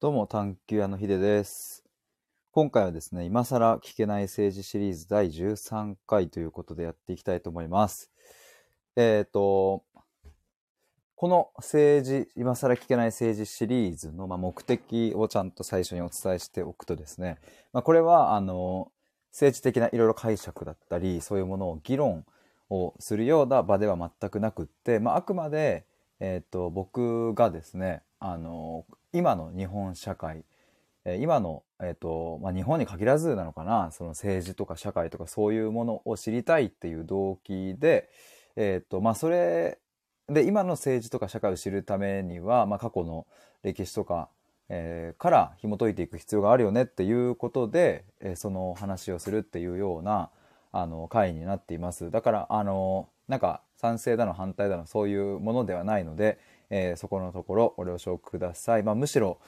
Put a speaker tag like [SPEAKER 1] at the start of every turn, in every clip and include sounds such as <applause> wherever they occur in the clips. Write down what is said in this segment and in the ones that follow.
[SPEAKER 1] どうも、探求屋のヒデです。今回はですね、今更聞けない政治シリーズ第13回ということでやっていきたいと思います。えっ、と、この政治、今更聞けない政治シリーズの、まあ、目的をちゃんと最初にお伝えしておくとですね、まあ、これは、あの、政治的ないろいろ解釈だったり、そういうものを議論をするような場では全くなくって、まあ、あくまで、えっ、と、僕がですね、あの、今の日本社会、えー今の、えっ、と、まあ、日本に限らずなのかな、その政治とか社会とかそういうものを知りたいっていう動機で、えっ、と、まあ、それ、で、今の政治とか社会を知るためには、まあ、過去の歴史とか、えーから紐解いていく必要があるよねっていうことで、えーその話をするっていうような、あの、会になっています。だから、あの、なんか、賛成だの反対だのそういうものではないので、えーそこのところご了承ください。まあ、むしろ、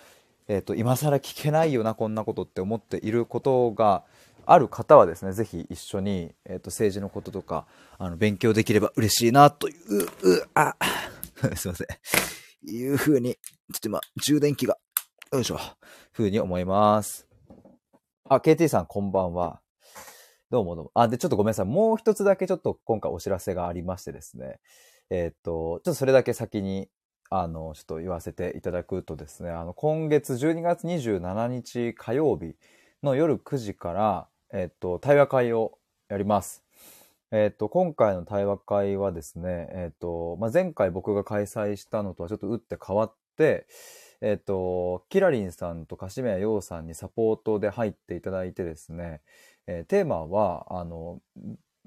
[SPEAKER 1] えっ、と、今更聞けないよな、こんなことって思っていることがある方はですね、ぜひ一緒に、えっ、と、政治のこととか、あの、勉強できれば嬉しいな、という、うあ、 <laughs> すいません。いうふうに、ちょっと今、充電器が、よいしょ、ふうに思います。あ、KT さん、こんばんは。どうもどうも。あ、で、ちょっとごめんなさい。もう一つだけちょっと今回お知らせがありましてですね。えっ、と、ちょっとそれだけ先に、あの、ちょっと言わせていただくとですね、あの、今月12月27日火曜日の夜9時から、えっ、と、対話会をやります。えっ、と、今回の対話会はですね、えっ、と、まあ、前回僕が開催したのとはちょっと打って変わって、えっ、と、キラリンさんとカシメヤヨウさんにサポートで入っていただいてですね、えーテーマは、あの、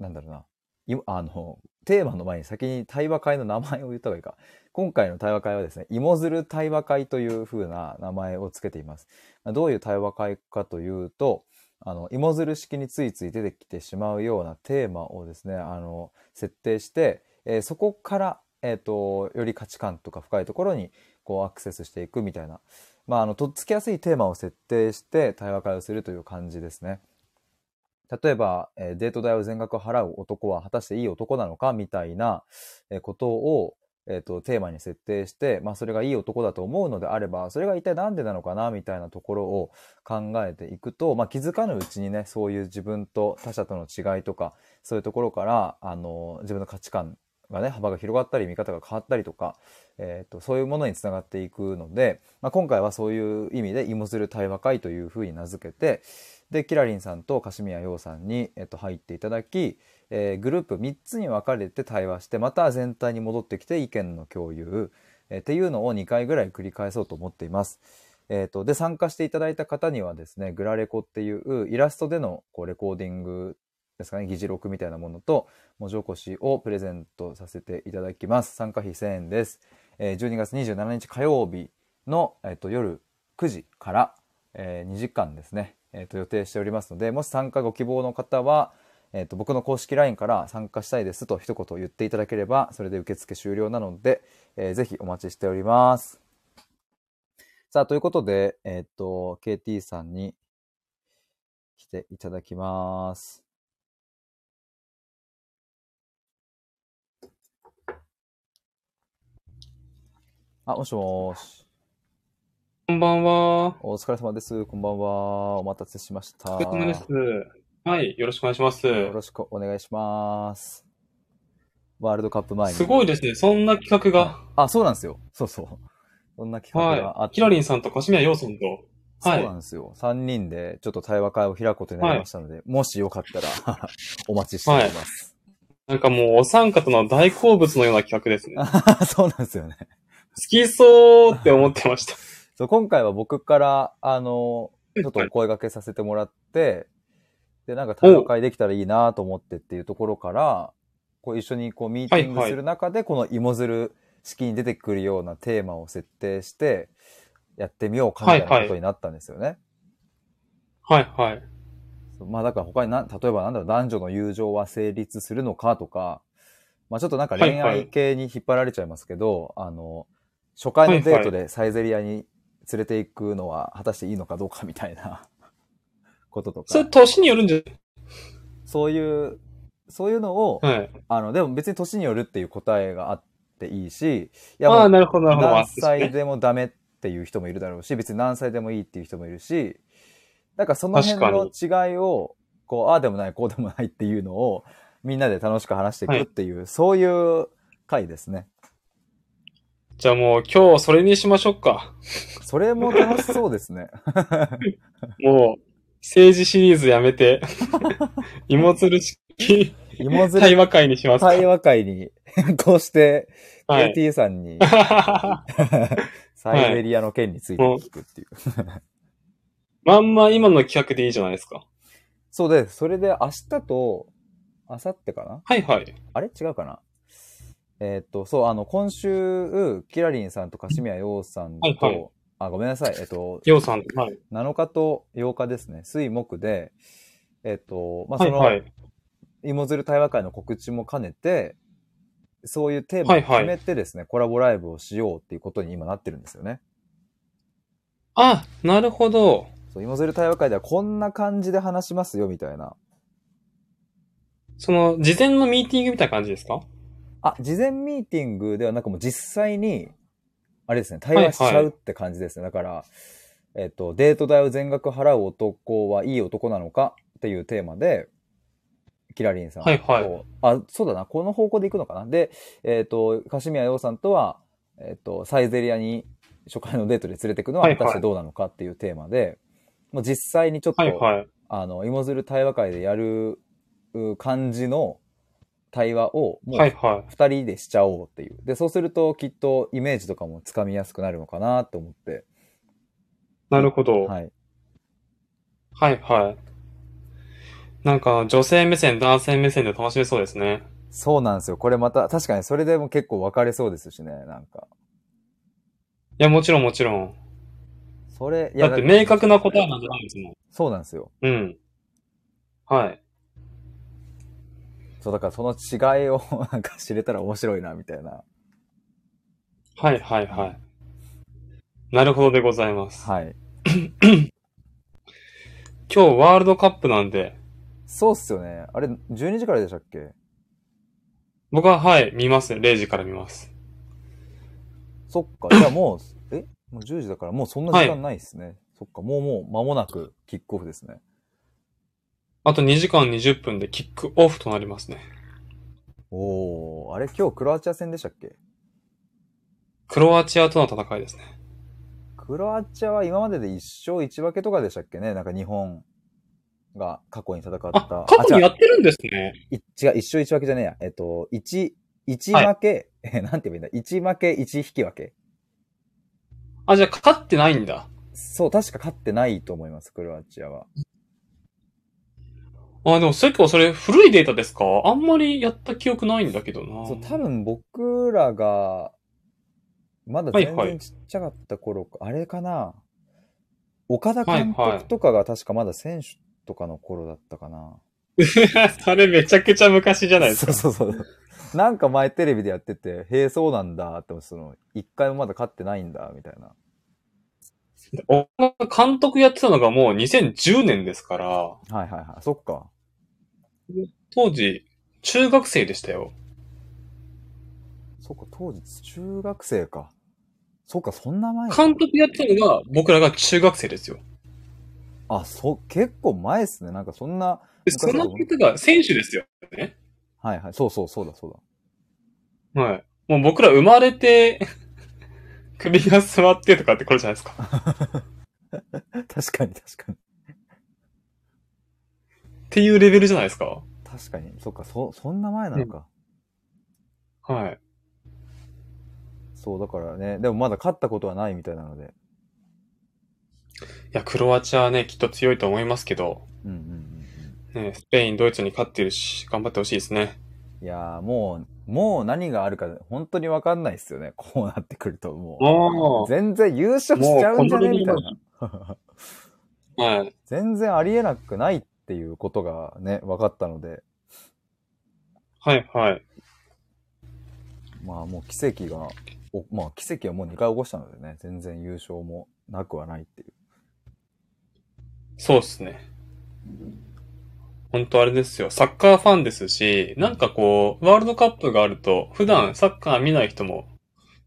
[SPEAKER 1] なんだろうな、いあの、テーマの前に先に対話会の名前を言った方がいいか。今回の対話会はですね、芋づる対話会という風な名前をつけています。まあどういう対話会かというと、あの、芋づる式についつい出てきてしまうようなテーマをですね、あの、設定して、えーそこから、えっ、と、より価値観とか深いところに、こう、アクセスしていくみたいな、まあ、あの、とっつきやすいテーマを設定して対話会をするという感じですね。例えば、えーデート代を全額払う男は果たしていい男なのかみたいなえーことを、えーとテーマに設定して、まあ、それがいい男だと思うのであればそれが一体何でなのかなみたいなところを考えていくと、まあ、気づかぬうちにねそういう自分と他者との違いとかそういうところからあの自分の価値観がね幅が広がったり見方が変わったりとか、えーとそういうものにつながっていくので、まあ、今回はそういう意味で「芋づる対話会」というふうに名付けてでキラリンさんとカシミヤヨウさんに、えっと、入っていただき、えーグループ3つに分かれて対話してまた全体に戻ってきて意見の共有、えーっていうのを2回ぐらい繰り返そうと思っています。えーとで参加していただいた方にはですねグラレコっていうイラストでのこうレコーディングですかね議事録みたいなものと文字起こしをプレゼントさせていただきます。参加費1000円です。えー12月27日火曜日の、えっと夜9時から、えー2時間ですね、えっと予定しておりますのでもし参加ご希望の方は、えっと僕の公式 LINE から参加したいですと一言言っていただければそれで受付終了なので、えーぜひお待ちしております。さあということで、えっと KT さんに来ていただきます。あ、もしもーし。
[SPEAKER 2] こんばんは。
[SPEAKER 1] お疲れ様です。こんばんは。お待たせしました。
[SPEAKER 2] お疲れ様です。はい、よろしくお願いします。
[SPEAKER 1] よろしくお願いします。ワールドカップ前に。
[SPEAKER 2] すごいですね。そんな企画が。
[SPEAKER 1] あ、そうなんですよ。そうそう。そんな企画があ
[SPEAKER 2] はい。
[SPEAKER 1] って、
[SPEAKER 2] キラリンさんとカシミヤヨウさんと。はい
[SPEAKER 1] そうなんですよ。3人でちょっと対話会を開くことになりましたので、もしよかったら <laughs> お待ちしております。
[SPEAKER 2] なんかもうお三方の大好物のような企
[SPEAKER 1] <laughs>
[SPEAKER 2] 画ですね。好
[SPEAKER 1] そうなんですよね。
[SPEAKER 2] きそうって思ってました。
[SPEAKER 1] そう今回は僕から、あの、 <laughs> ちょっとお声掛けさせてもらって、で、なんか対話会できたらいいなと思ってっていうところから、こう一緒にこうミーティングする中で、この芋づる式に出てくるようなテーマを設定して、やってみようかみたいなことになったんですよね。
[SPEAKER 2] はいはい。
[SPEAKER 1] そうまあだから他にな、例えばなんだろう、男女の友情は成立するのかとか、まあちょっとなんか恋
[SPEAKER 2] はいは
[SPEAKER 1] 愛
[SPEAKER 2] い
[SPEAKER 1] 系に引っ張られちゃいますけど、あの、初回のデート
[SPEAKER 2] は
[SPEAKER 1] でサイゼリアに連れて行くのは果たしていいのかどうかみたいなことと
[SPEAKER 2] それ
[SPEAKER 1] か、
[SPEAKER 2] 年によるんじ
[SPEAKER 1] そういう、そういうのを、
[SPEAKER 2] ゃ、はい。
[SPEAKER 1] あの、でも別に年によるっていう答えがあっていいし、いや
[SPEAKER 2] ああ、
[SPEAKER 1] もう
[SPEAKER 2] なるほどなるほど。
[SPEAKER 1] 何歳でもダメっっていう人もいるだろうし、別に何歳でもいいっていう人もいるし、なんかその辺
[SPEAKER 2] 確
[SPEAKER 1] の違いを、こう、ああでもない、こうでもないっていうのを、みんなで楽しく話していくっていう、そういう回ですね。
[SPEAKER 2] じゃあもう今日それにしましょうか。
[SPEAKER 1] それも楽しそうですね。
[SPEAKER 2] もう、政治シリーズやめ
[SPEAKER 1] <laughs>
[SPEAKER 2] て、芋づる式
[SPEAKER 1] 芋づ
[SPEAKER 2] 対
[SPEAKER 1] る
[SPEAKER 2] 話会にしますか。
[SPEAKER 1] 対話会に <laughs> 変更して、
[SPEAKER 2] はい
[SPEAKER 1] KT さん
[SPEAKER 2] <laughs>
[SPEAKER 1] に、サイベリアの件について聞くっていう。
[SPEAKER 2] まんま今の企画でいいじゃないですか。
[SPEAKER 1] そうです。それで明日と、明後日かな
[SPEAKER 2] はいはい。
[SPEAKER 1] あれ違うかなえーっと、そう、あの、今週、キラリンさんとカシミヤヨウさんと、
[SPEAKER 2] はいはい
[SPEAKER 1] あ、ごめんなさい。えっと、
[SPEAKER 2] ようさん、はい。
[SPEAKER 1] 7日と8日ですね。水木で、えっと、まあ、
[SPEAKER 2] は
[SPEAKER 1] そ
[SPEAKER 2] い
[SPEAKER 1] の、
[SPEAKER 2] はい。
[SPEAKER 1] 芋づる対話会の告知も兼ねて、そういうテーマを決めてですね、コラボライブをしようっていうことに今なってるんですよね。
[SPEAKER 2] あ、なるほど。
[SPEAKER 1] そう、芋づる対話会ではこんな感じで話しますよみたいな。
[SPEAKER 2] その、事前のミーティングみたいな感じですか
[SPEAKER 1] あ、事前ミーティングではなくもう実際に、あれですね、対話しちゃうって感じですね。だから、えっと、デート代を全額払う男はいい男なのかっていうテーマで、キラリンさんと、
[SPEAKER 2] はいはい
[SPEAKER 1] あ、そうだな、この方向でいくのかな。で、えっと、カシミヤヨウさんとは、えっと、サイゼリアに初回のデートで連れてくのは
[SPEAKER 2] はいは
[SPEAKER 1] 果
[SPEAKER 2] い
[SPEAKER 1] たしてどうなのかっていうテーマで、もう実際にちょっと、
[SPEAKER 2] はいはい。
[SPEAKER 1] あの、芋づる対話会でやるう感じの対話を、もう
[SPEAKER 2] はいは
[SPEAKER 1] 二人でしちゃおうっていう。で、そうするときっとイメージとかもつかみやすくなるのかなと思って。
[SPEAKER 2] い。なるほど。
[SPEAKER 1] はい。
[SPEAKER 2] はいはい。なんか、女性目線、男性目線で楽しめそうですね。
[SPEAKER 1] そうなんですよ。これまた、確かにそれでも結構分かれそうですしね、なんか。
[SPEAKER 2] いや、もちろんもちろん。
[SPEAKER 1] それ、い
[SPEAKER 2] だって明確な答えなんじゃない
[SPEAKER 1] い
[SPEAKER 2] ですもん。
[SPEAKER 1] そうなんですよ。
[SPEAKER 2] うん。はい。
[SPEAKER 1] そう、だからその違いを <laughs> なんか知れたら面白いな、みたいな。
[SPEAKER 2] はいはいはい。なるほどでございます。
[SPEAKER 1] はい。
[SPEAKER 2] 今日ワールドカップなんで、
[SPEAKER 1] そうっすよね。あれ、12時からでしたっけ
[SPEAKER 2] 僕ははい、見ます。0時から見ます。
[SPEAKER 1] そっか。じゃあもう、えもう10時だからもうそんな時間ないっすね。そっか。もうもう間もなくキックオフですね。
[SPEAKER 2] あと2時間20分でキックオフとなりますね。
[SPEAKER 1] おー、あれ今日クロアチア戦でしたっけ
[SPEAKER 2] クロアチアとの戦いですね。
[SPEAKER 1] クロアチアは今までで1勝1分けとかでしたっけねなんか日本が過去に戦った。
[SPEAKER 2] あ、過去にやってるんですね。
[SPEAKER 1] い違う、1勝1分けじゃねえや。えっと、1、一
[SPEAKER 2] はい
[SPEAKER 1] 負け、え <laughs> なんて言えばいいんだ ?1 負け、1引き分け。
[SPEAKER 2] あ、じゃあ勝ってないんだ。
[SPEAKER 1] そう、確か勝ってないと思います、クロアチアは。
[SPEAKER 2] あ、でも結構それ古いデータですかあんまりやった記憶ないんだけどな。
[SPEAKER 1] そう、多分僕らが、まだ全然ちっちゃかった頃か、あれかな岡田監
[SPEAKER 2] はいはい
[SPEAKER 1] 督とかが確かまだ選手とかの頃だったかな。
[SPEAKER 2] <laughs> それめちゃくちゃ昔じゃないですか。
[SPEAKER 1] そうそうそう。なんか前テレビでやってて、へえ、そうなんだって思って、その、一回もまだ勝ってないんだ、みたいな。
[SPEAKER 2] お監督やってたのがもう2010年ですから、
[SPEAKER 1] はいはいはい。そっか。
[SPEAKER 2] 当時、中学生でしたよ。
[SPEAKER 1] そっか、当時、中学生か。そっか、そんな前か
[SPEAKER 2] 監督やってたのが僕らが中学生ですよ。
[SPEAKER 1] あ、そ、結構前っすね。なんかそんな、
[SPEAKER 2] でその方が選手ですよね。
[SPEAKER 1] はいはい。そうそう、そうだ、そうだ。
[SPEAKER 2] はい。もう僕ら生まれて、 <laughs> 首が座ってとかってこれじゃないですか。っ
[SPEAKER 1] <laughs> 確かに、確かに。
[SPEAKER 2] ていうレベルじゃないですか。
[SPEAKER 1] 確かに。そっか、そ、そんな前なのか。
[SPEAKER 2] はい。
[SPEAKER 1] そう、だからね。でもまだ勝ったことはないみたいなので。
[SPEAKER 2] いや、クロアチアはね、きっと強いと思いますけど、
[SPEAKER 1] うんうんうんうん。
[SPEAKER 2] ね、スペイン、ドイツに勝ってるし、頑張ってほしいですね。
[SPEAKER 1] いやーもう、もう何があるか、本当にわかんないっすよね。こうなってくると、もう。
[SPEAKER 2] もう、
[SPEAKER 1] 全然優勝しちゃうんじゃねみたいな。
[SPEAKER 2] <laughs> はい。
[SPEAKER 1] 全然ありえなくないっていうことがね、分かったので、
[SPEAKER 2] はい、はい。
[SPEAKER 1] まあもう奇跡が、おまあ奇跡はもう2回起こしたのでね、全然優勝もなくはないっていう。
[SPEAKER 2] そうですね。本当あれですよ。サッカーファンですし、なんかこう、ワールドカップがあると、普段サッカー見ない人も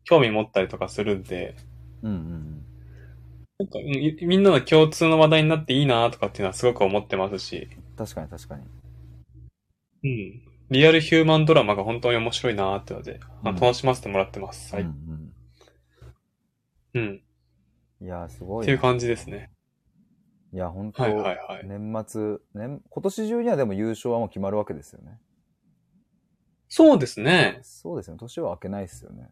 [SPEAKER 2] 興味持ったりとかするんで、
[SPEAKER 1] うんうん
[SPEAKER 2] なんか、うんいみんなの共通の話題になっていいなとかっていうのはすごく思ってますし、
[SPEAKER 1] うん。確かに確かに。
[SPEAKER 2] うん。リアルヒューマンドラマが本当に面白いなってので、あ
[SPEAKER 1] うん
[SPEAKER 2] 楽しませてもらってます。は
[SPEAKER 1] う
[SPEAKER 2] い。
[SPEAKER 1] んう
[SPEAKER 2] うん。
[SPEAKER 1] ん。いやー、すご
[SPEAKER 2] っ
[SPEAKER 1] い
[SPEAKER 2] て
[SPEAKER 1] な。
[SPEAKER 2] いう感じですね。
[SPEAKER 1] いや、本当、
[SPEAKER 2] はいはいはい。
[SPEAKER 1] 年末、年、今年中にはでも優勝はもう決まるわけですよね。
[SPEAKER 2] そうですね。
[SPEAKER 1] そうですよね。年は明けないですよね。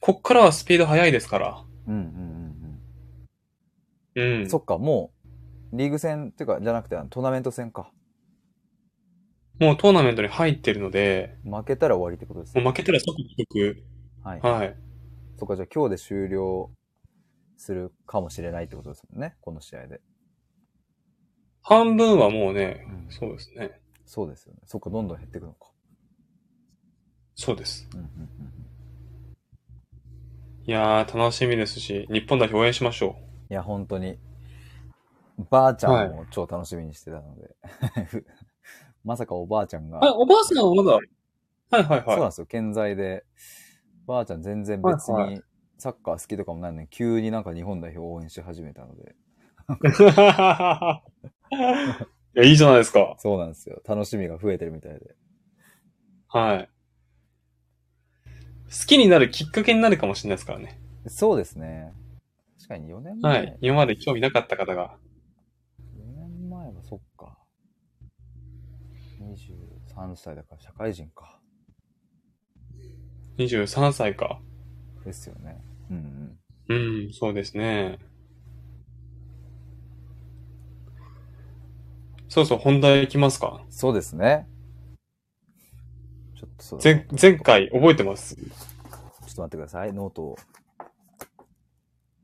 [SPEAKER 2] こっからはスピード速いですから。
[SPEAKER 1] うんうんうん
[SPEAKER 2] う
[SPEAKER 1] うん。
[SPEAKER 2] ん。
[SPEAKER 1] そっか、もう、リーグ戦っていうか、じゃなくて、あのトーナメント戦か。
[SPEAKER 2] もうトーナメントに入ってるので、
[SPEAKER 1] 負けたら終わりってことです
[SPEAKER 2] も
[SPEAKER 1] ね。
[SPEAKER 2] う負けたら即帰
[SPEAKER 1] はい。
[SPEAKER 2] 国。はい。
[SPEAKER 1] そっか、じゃあ今日で終了するかもしれないってことですもんね。この試合で。
[SPEAKER 2] 半分はもうね、
[SPEAKER 1] うん
[SPEAKER 2] そうですね。
[SPEAKER 1] そうですよね。そっか、どんどん減っていくのか。
[SPEAKER 2] そうです。
[SPEAKER 1] うんうんうんうん。
[SPEAKER 2] いやー、楽しみですし、日本代表応援しましょ
[SPEAKER 1] いや、本当に。ばあちゃんも超楽しみにしてたので。 <laughs> まさかおばあちゃんが、
[SPEAKER 2] う。あ、おばあさんはまだ、はいはい
[SPEAKER 1] そうなん
[SPEAKER 2] は
[SPEAKER 1] ですよ、健在で。ばあちゃん全然別
[SPEAKER 2] はいは
[SPEAKER 1] にサッカー好きとかもないのに、急になんか日本代表を応援し始めたので。
[SPEAKER 2] <laughs> い。いや、いいじゃないですか。
[SPEAKER 1] そうなんですよ。楽しみが増えてるみたいで。
[SPEAKER 2] はい。好きになるきっかけになるかもしれないですからね。
[SPEAKER 1] そうですね。確かに4年前。
[SPEAKER 2] はい。今まで興味なかった方が。
[SPEAKER 1] 4年前はそっか。23歳だから社会人か。
[SPEAKER 2] 23歳か。
[SPEAKER 1] ですよね。うんうん。
[SPEAKER 2] うん、そうですね。そうそう、本題行きますか。
[SPEAKER 1] そうですね。ちょっとそうだな
[SPEAKER 2] 前、前回覚えてます。
[SPEAKER 1] ちょっと待ってください、ノートを。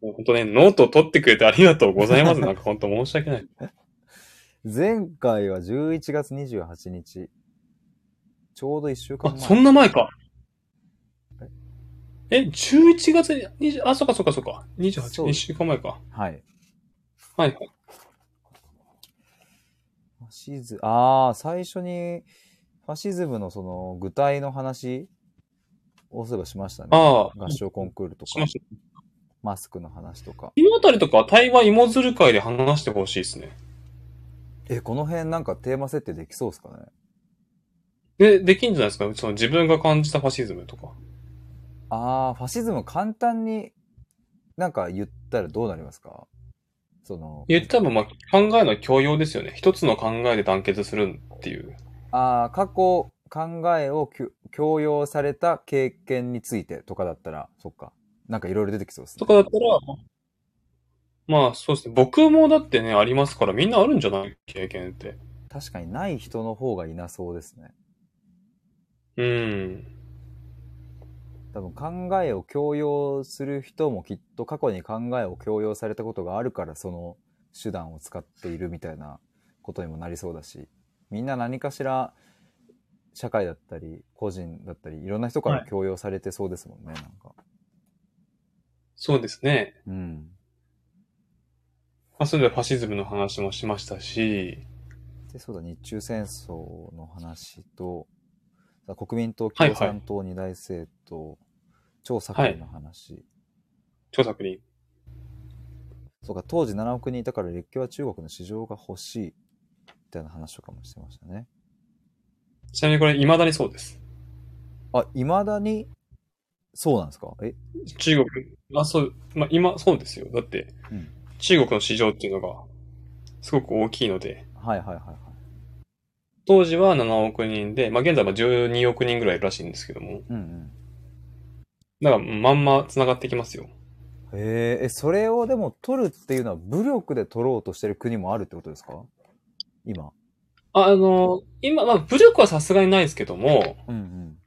[SPEAKER 2] もう本当ね、ノートを取ってくれてありがとうござい <laughs> ます。なんか本当申し訳ない。
[SPEAKER 1] 前回は11月28日。ちょうど1週間
[SPEAKER 2] あ、
[SPEAKER 1] 前。
[SPEAKER 2] そんな前か。え、11月に、20あ、そっかそっかそっか。
[SPEAKER 1] そ
[SPEAKER 2] 28、
[SPEAKER 1] う
[SPEAKER 2] 1週間前か。
[SPEAKER 1] はい。
[SPEAKER 2] はいはい。
[SPEAKER 1] ファシズ、ああ、最初に、ファシズムのその具体の話をすればしましたね。
[SPEAKER 2] ああ、
[SPEAKER 1] 合唱コンクールと
[SPEAKER 2] し
[SPEAKER 1] か
[SPEAKER 2] ま、した。
[SPEAKER 1] マスクの話とか。
[SPEAKER 2] 今あたりとか、対話芋づる会で話してほしいですね。
[SPEAKER 1] え、この辺なんかテーマ設定できそうですかね
[SPEAKER 2] で、できんじゃないですかその自分が感じたファシズムとか。
[SPEAKER 1] ああ、ファシズム簡単になんか言ったらどうなりますかその、
[SPEAKER 2] 言ったらまあ考えの教養ですよね。一つの考えで団結するっていう。
[SPEAKER 1] ああ、過去考えをきゅ強要された経験についてとかだったら、そっか。なんかいろいろ出てきそうです
[SPEAKER 2] と
[SPEAKER 1] ね。
[SPEAKER 2] かだったら、まあそうですね。僕もだってね、ありますから、みんなあるんじゃない経験って。
[SPEAKER 1] 確かにない人の方がいなそうですね。
[SPEAKER 2] うん。
[SPEAKER 1] 多分考えを強要する人もきっと過去に考えを強要されたことがあるからその手段を使っているみたいなことにもなりそうだしみんな何かしら社会だったり個人だったりいろんな人から強要されてそうですもんね、なんか。
[SPEAKER 2] そうですね。
[SPEAKER 1] うん。
[SPEAKER 2] まあ、それでファシズムの話もしましたし、
[SPEAKER 1] でそうだ日中戦争の話とさ国民党共産党二大政党、調査会の話、
[SPEAKER 2] 張作霖。
[SPEAKER 1] そうか当時7億人いたから列強は中国の市場が欲しいみたいな話とかもしてましたね。
[SPEAKER 2] ちなみにこれ、未だにそうです。
[SPEAKER 1] あ、いまだに、そうなんですかえ、
[SPEAKER 2] 中国、あ、そう、まあ今、そうですよ。だって、
[SPEAKER 1] うん
[SPEAKER 2] 中国の市場っていうのが、すごく大きいので、
[SPEAKER 1] はいはいはいはい。
[SPEAKER 2] 当時は7億人で、まあ現在は12億人ぐらいいるらしいんですけども、
[SPEAKER 1] うんうん。
[SPEAKER 2] だからまんま繋がってきますよ。
[SPEAKER 1] へーえ、それをでも取るっていうのは武力で取ろうとしてる国もあるってことですか今。
[SPEAKER 2] ああの、今、まあ武力はさすがにないですけども、
[SPEAKER 1] うんうん。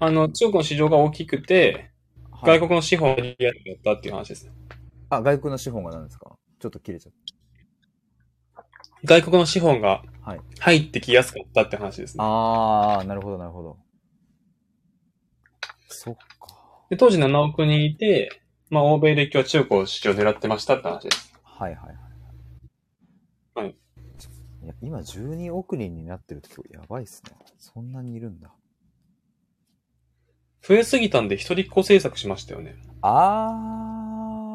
[SPEAKER 2] あの、中国の市場が大きくて、
[SPEAKER 1] はい
[SPEAKER 2] 外国の資本にやったっていう話ですね。
[SPEAKER 1] あ、外国の資本が何ですかちょっと切れちゃっ
[SPEAKER 2] 外国の資本が
[SPEAKER 1] た。はい。
[SPEAKER 2] 入ってきやすかったって話ですね。
[SPEAKER 1] あー、なるほどなるほど。そっか。
[SPEAKER 2] で当時7億人いて、まあ、欧米列強は中国市場を狙ってましたって話です。
[SPEAKER 1] はいはいはい。
[SPEAKER 2] はい。
[SPEAKER 1] いや、今12億人になってるってやばいっすね。そんなにいるんだ。
[SPEAKER 2] 増えすぎたんで一人っ子政策しましたよね。
[SPEAKER 1] あー、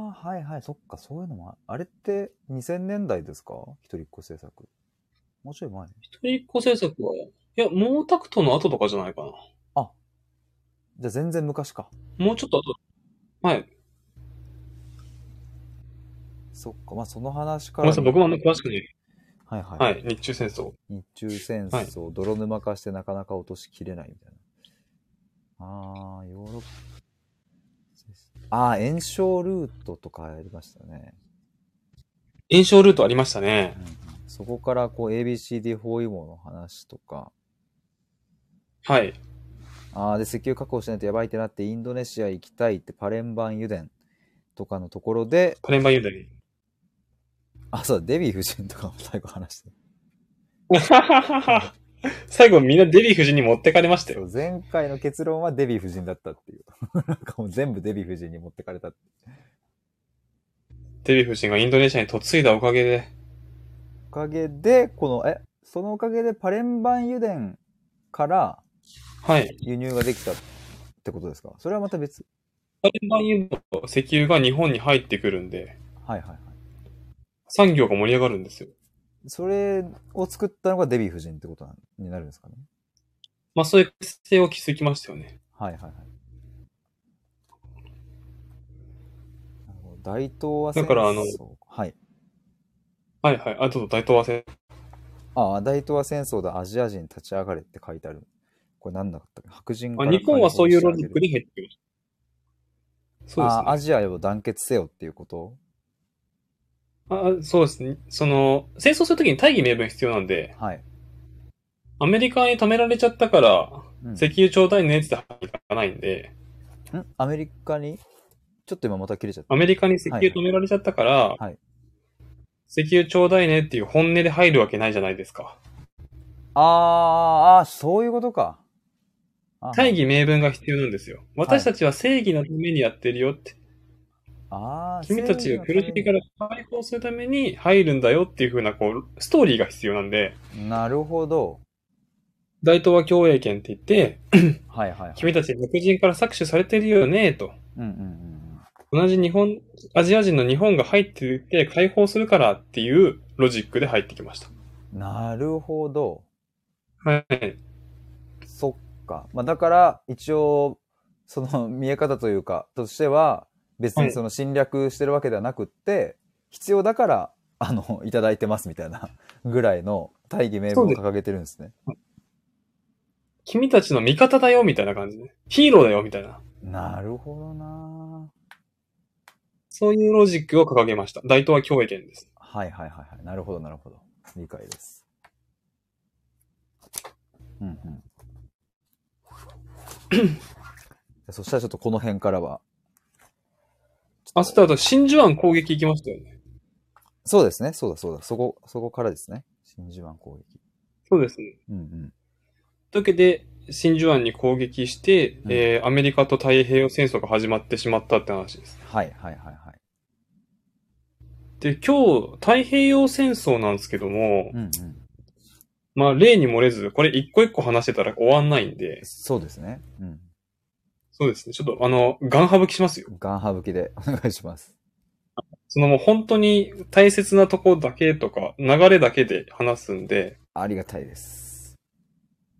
[SPEAKER 1] はいはい、そっか、そういうのもあ、あれって2000年代ですか一人っ子政策。もうちょい前。
[SPEAKER 2] 一人っ子政策は、いや、毛沢東の後とかじゃないかな。
[SPEAKER 1] じゃあ全然昔か。
[SPEAKER 2] もうちょっと後。はい。
[SPEAKER 1] そっか、まあその話か
[SPEAKER 2] ごめ
[SPEAKER 1] ら
[SPEAKER 2] んなさい、。僕もあんま詳しくない。
[SPEAKER 1] はいはい。
[SPEAKER 2] はい、日中戦争。
[SPEAKER 1] 日中戦争、泥沼化してなかなか落としきれないみたいな。ああ、ヨーロッパ。ああ、炎症ルートとかありましたね。
[SPEAKER 2] 炎症ルートありましたね
[SPEAKER 1] う。んうんそこからこう ABCD 包囲網の話とか。
[SPEAKER 2] はい。
[SPEAKER 1] ああ、で、石油確保しないとやばいってなって、インドネシア行きたいってパレンバン油田とかのところで、 <laughs>
[SPEAKER 2] パレンバユーダリ。
[SPEAKER 1] あ、そうだ、デヴィ夫人とかも最後話して
[SPEAKER 2] <laughs> 最後みんなデヴィ夫人に持ってかれました
[SPEAKER 1] そ
[SPEAKER 2] よ。
[SPEAKER 1] う前回の結論はデヴィ夫人だったっていう。 <laughs> なんかもう全部デヴィ夫人に持ってかれたって。
[SPEAKER 2] デヴィ夫人がインドネシアに嫁いだおかげで。
[SPEAKER 1] おかげで、この、え、そのおかげでパレンバン油田から
[SPEAKER 2] はい。
[SPEAKER 1] 輸入ができたってことですかそれはまた別。
[SPEAKER 2] パレンバユーダ石油が日本に入ってくるんで、
[SPEAKER 1] はいはいはい。
[SPEAKER 2] 産業が盛り上がるんですよ。
[SPEAKER 1] それを作ったのがデヴィ夫人ってことなんになるんですかね
[SPEAKER 2] まあそういう性を築きましたよね。
[SPEAKER 1] はいはいはい。なるほど大東亜戦争
[SPEAKER 2] だからあの
[SPEAKER 1] はい。
[SPEAKER 2] はいはい。あ、ちょっと大東亜
[SPEAKER 1] ああ、大東亜戦争だ、アジア人立ち上がれって書いてある。これ何だったっけ白人か
[SPEAKER 2] 戦。あ
[SPEAKER 1] ら
[SPEAKER 2] 日本はそういうロジック
[SPEAKER 1] で。
[SPEAKER 2] で入ってきました。そう
[SPEAKER 1] あ
[SPEAKER 2] ですね
[SPEAKER 1] あ、アジアを団結せよっていうこと
[SPEAKER 2] あそうですね。その、戦争するときに大義名分必要なんで、
[SPEAKER 1] はい。
[SPEAKER 2] アメリカに止められちゃったから、
[SPEAKER 1] うん
[SPEAKER 2] 石油ちょうだいねって入っていかないんで、
[SPEAKER 1] んアメリカにちょっと今また切れちゃった。
[SPEAKER 2] アメリカに石油止められちゃったから、
[SPEAKER 1] いはい
[SPEAKER 2] 石油ちょうだいねっていう本音で入るわけないじゃないですか。
[SPEAKER 1] あーあー、そういうことか。あー
[SPEAKER 2] 大義名分が必要なんですよ。私たちは正義のためにやってるよって、
[SPEAKER 1] あー
[SPEAKER 2] 君たちが苦しみ
[SPEAKER 1] 正
[SPEAKER 2] か
[SPEAKER 1] 義の
[SPEAKER 2] ら解放するために入るんだよっていう風な、こう、ストーリーが必要なんで、
[SPEAKER 1] ためになるほど。
[SPEAKER 2] 大東亜共栄圏って言って、
[SPEAKER 1] はいはいはい。
[SPEAKER 2] 君たち白人から搾取されてるよね、と。
[SPEAKER 1] うんうんうんうん。
[SPEAKER 2] 同じ日本、アジア人の日本が入っていて解放するからっていうロジックで入ってきました。
[SPEAKER 1] なるほど。
[SPEAKER 2] はい。
[SPEAKER 1] そっか。まあ、だから、一応、その見え方というか、としては、別にその侵略してるわけではなくって、必要だから、あの、いただいてますみたいなぐらいの大義名分を掲げてるんですね。
[SPEAKER 2] 君たちの味方だよ、みたいな感じね。ヒーローだよ、みたいな。
[SPEAKER 1] なるほどな
[SPEAKER 2] そういうロジックを掲げました。大東亜共栄圏です。
[SPEAKER 1] はいはいはいはい。なるほどなるほど。理解です。うん <coughs> うん。そしたらちょっとこの辺からは。
[SPEAKER 2] あ、そしたらあと、真珠湾攻撃行きましたよね。
[SPEAKER 1] そうですね。そうだそうだ。そこ、そこからですね。真珠湾攻撃。
[SPEAKER 2] そうですね。
[SPEAKER 1] うんうん。
[SPEAKER 2] というわけで、真珠湾に攻撃して、
[SPEAKER 1] うん
[SPEAKER 2] えー、アメリカと太平洋戦争が始まってしまったって話です。
[SPEAKER 1] はいはいはいはい。
[SPEAKER 2] で、今日、太平洋戦争なんですけども、
[SPEAKER 1] うんうん。
[SPEAKER 2] まあ、例に漏れず、これ一個一個話してたら終わんないんで、
[SPEAKER 1] そうですね。うん。
[SPEAKER 2] そうですね。ちょっと、あの、ガン省きしますよ。
[SPEAKER 1] ガン省きでお願いします。
[SPEAKER 2] そのもう本当に大切なとこだけとか、流れだけで話すんで、
[SPEAKER 1] ありがたいです。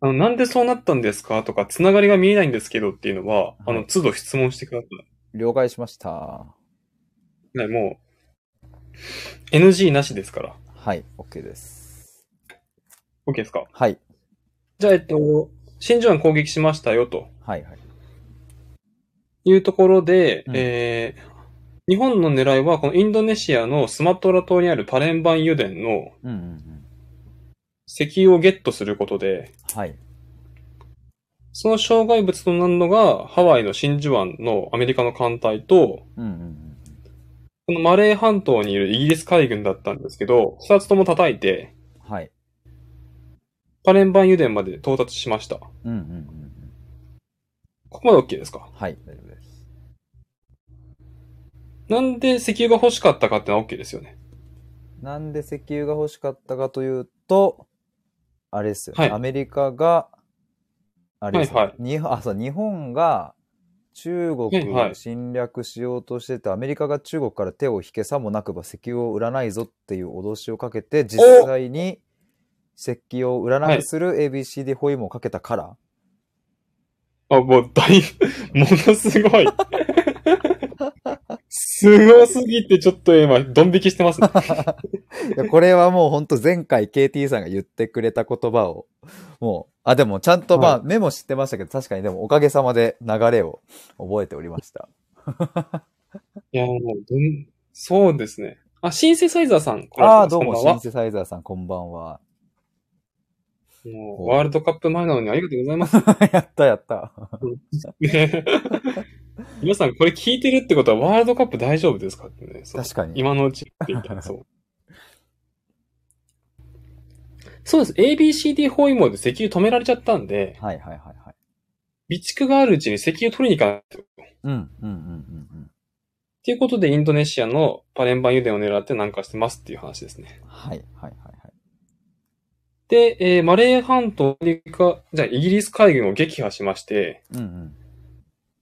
[SPEAKER 2] あの、なんでそうなったんですかとか、つながりが見えないんですけどっていうのは、あ
[SPEAKER 1] は
[SPEAKER 2] の、
[SPEAKER 1] い
[SPEAKER 2] 都度質問してくださ。
[SPEAKER 1] 了解しました。はい
[SPEAKER 2] ね、もう、NG なしですから。
[SPEAKER 1] い、OK です。
[SPEAKER 2] OK ですか
[SPEAKER 1] はい、
[SPEAKER 2] じゃあ、えっと、真珠湾攻撃しましたよ、と
[SPEAKER 1] はいはい。
[SPEAKER 2] いうところで、
[SPEAKER 1] うん
[SPEAKER 2] えー、日本の狙いは、このインドネシアのスマトラ島にあるパレンバン油田の
[SPEAKER 1] うんうんうん。
[SPEAKER 2] 石油をゲットすることで、
[SPEAKER 1] はい。
[SPEAKER 2] その障害物となるのが、ハワイの真珠湾のアメリカの艦隊と、
[SPEAKER 1] うんうんうん。
[SPEAKER 2] このマレー半島にいるイギリス海軍だったんですけど、二つとも叩いて、
[SPEAKER 1] はい。
[SPEAKER 2] パレンバン油田まで到達しました。こ
[SPEAKER 1] うんうんうんうん。
[SPEAKER 2] こまで OK ですか
[SPEAKER 1] はい、大丈夫です。
[SPEAKER 2] なんで石油が欲しかったかってのは OK ですよね。
[SPEAKER 1] なんで石油が欲しかったかというと、あれですよね。
[SPEAKER 2] はい
[SPEAKER 1] アメリカが、あれですよね
[SPEAKER 2] はい
[SPEAKER 1] 日本あ、そう、日本が中
[SPEAKER 2] はい
[SPEAKER 1] 国
[SPEAKER 2] は
[SPEAKER 1] を
[SPEAKER 2] い
[SPEAKER 1] 侵略しようとしてて、アメリカが中国から手を引けさもなくば石油を売らないぞっていう脅しをかけて、実際に石油を売らなくする ABCD 包囲網をかけたから、
[SPEAKER 2] あ、もう、だいぶ、も <laughs> のすごい。すごすぎて、ちょっと今、ドン引きしてます。
[SPEAKER 1] いやこれはもうほんと前回 KT さんが言ってくれた言葉を、もう、あ、でもちゃんとまあメモ知ってましたけど、確かにでもおかげさまで流れを覚えておりました。
[SPEAKER 2] いや、もう、どん、そうですね。あ、シンセサイザーさん、これ
[SPEAKER 1] ああー、どうも、
[SPEAKER 2] こん
[SPEAKER 1] シ
[SPEAKER 2] ばん
[SPEAKER 1] ン
[SPEAKER 2] は
[SPEAKER 1] セサイザーさんこんばんは。
[SPEAKER 2] もうワールドカップ前なのにありがとうございます。 <laughs>
[SPEAKER 1] <laughs> やったやった。
[SPEAKER 2] ね皆さん、これ聞いてるってことは、ワールドカップ大丈夫ですかってね。そう
[SPEAKER 1] 確かに。
[SPEAKER 2] 今のうちって言った
[SPEAKER 1] <laughs>
[SPEAKER 2] ら、そう。そうです。ABCD 包囲網で石油止められちゃったんで、
[SPEAKER 1] はいはいはいはい。
[SPEAKER 2] 備蓄があるうちに石油取りに行かないと。っ
[SPEAKER 1] うん、うん、うん、うん、
[SPEAKER 2] ていうことで、インドネシアのパレンバン油田を狙って南下してますっていう話ですね。
[SPEAKER 1] うん。はいはいはいはい。
[SPEAKER 2] で、えーマレー半島アメリカ、じゃあイギリス海軍を撃破しまして、
[SPEAKER 1] うん、うん、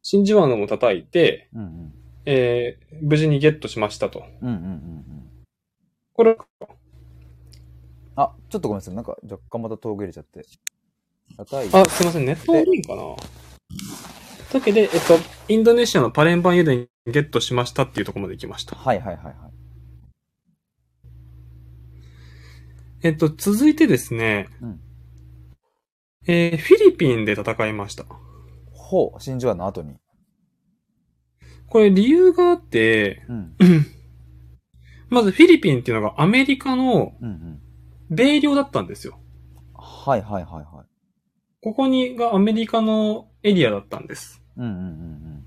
[SPEAKER 2] 真珠湾も叩いて、
[SPEAKER 1] うん、うん、
[SPEAKER 2] えー無事にゲットしましたと。
[SPEAKER 1] うん、うん、うんうん。
[SPEAKER 2] これ、
[SPEAKER 1] あ、ちょっとごめんなさい。なんか若干また遠くれちゃって。叩いて
[SPEAKER 2] あ、すいません、ネット悪いんかなだけで、えっと、インドネシアのパレンバン油田ゲットしましたっていうところまで行きました。
[SPEAKER 1] はいはいはいはい。
[SPEAKER 2] えっと、続いてですね、
[SPEAKER 1] うん
[SPEAKER 2] えーフィリピンで戦いました。
[SPEAKER 1] ほう、真珠湾の後に。
[SPEAKER 2] これ理由があって、
[SPEAKER 1] うん、
[SPEAKER 2] まずフィリピンっていうのがアメリカの
[SPEAKER 1] うん、うん。
[SPEAKER 2] 米領だったんですよ。
[SPEAKER 1] はいはいはいはい。
[SPEAKER 2] ここにがアメリカのエリアだったんです。
[SPEAKER 1] うん、うん、うん、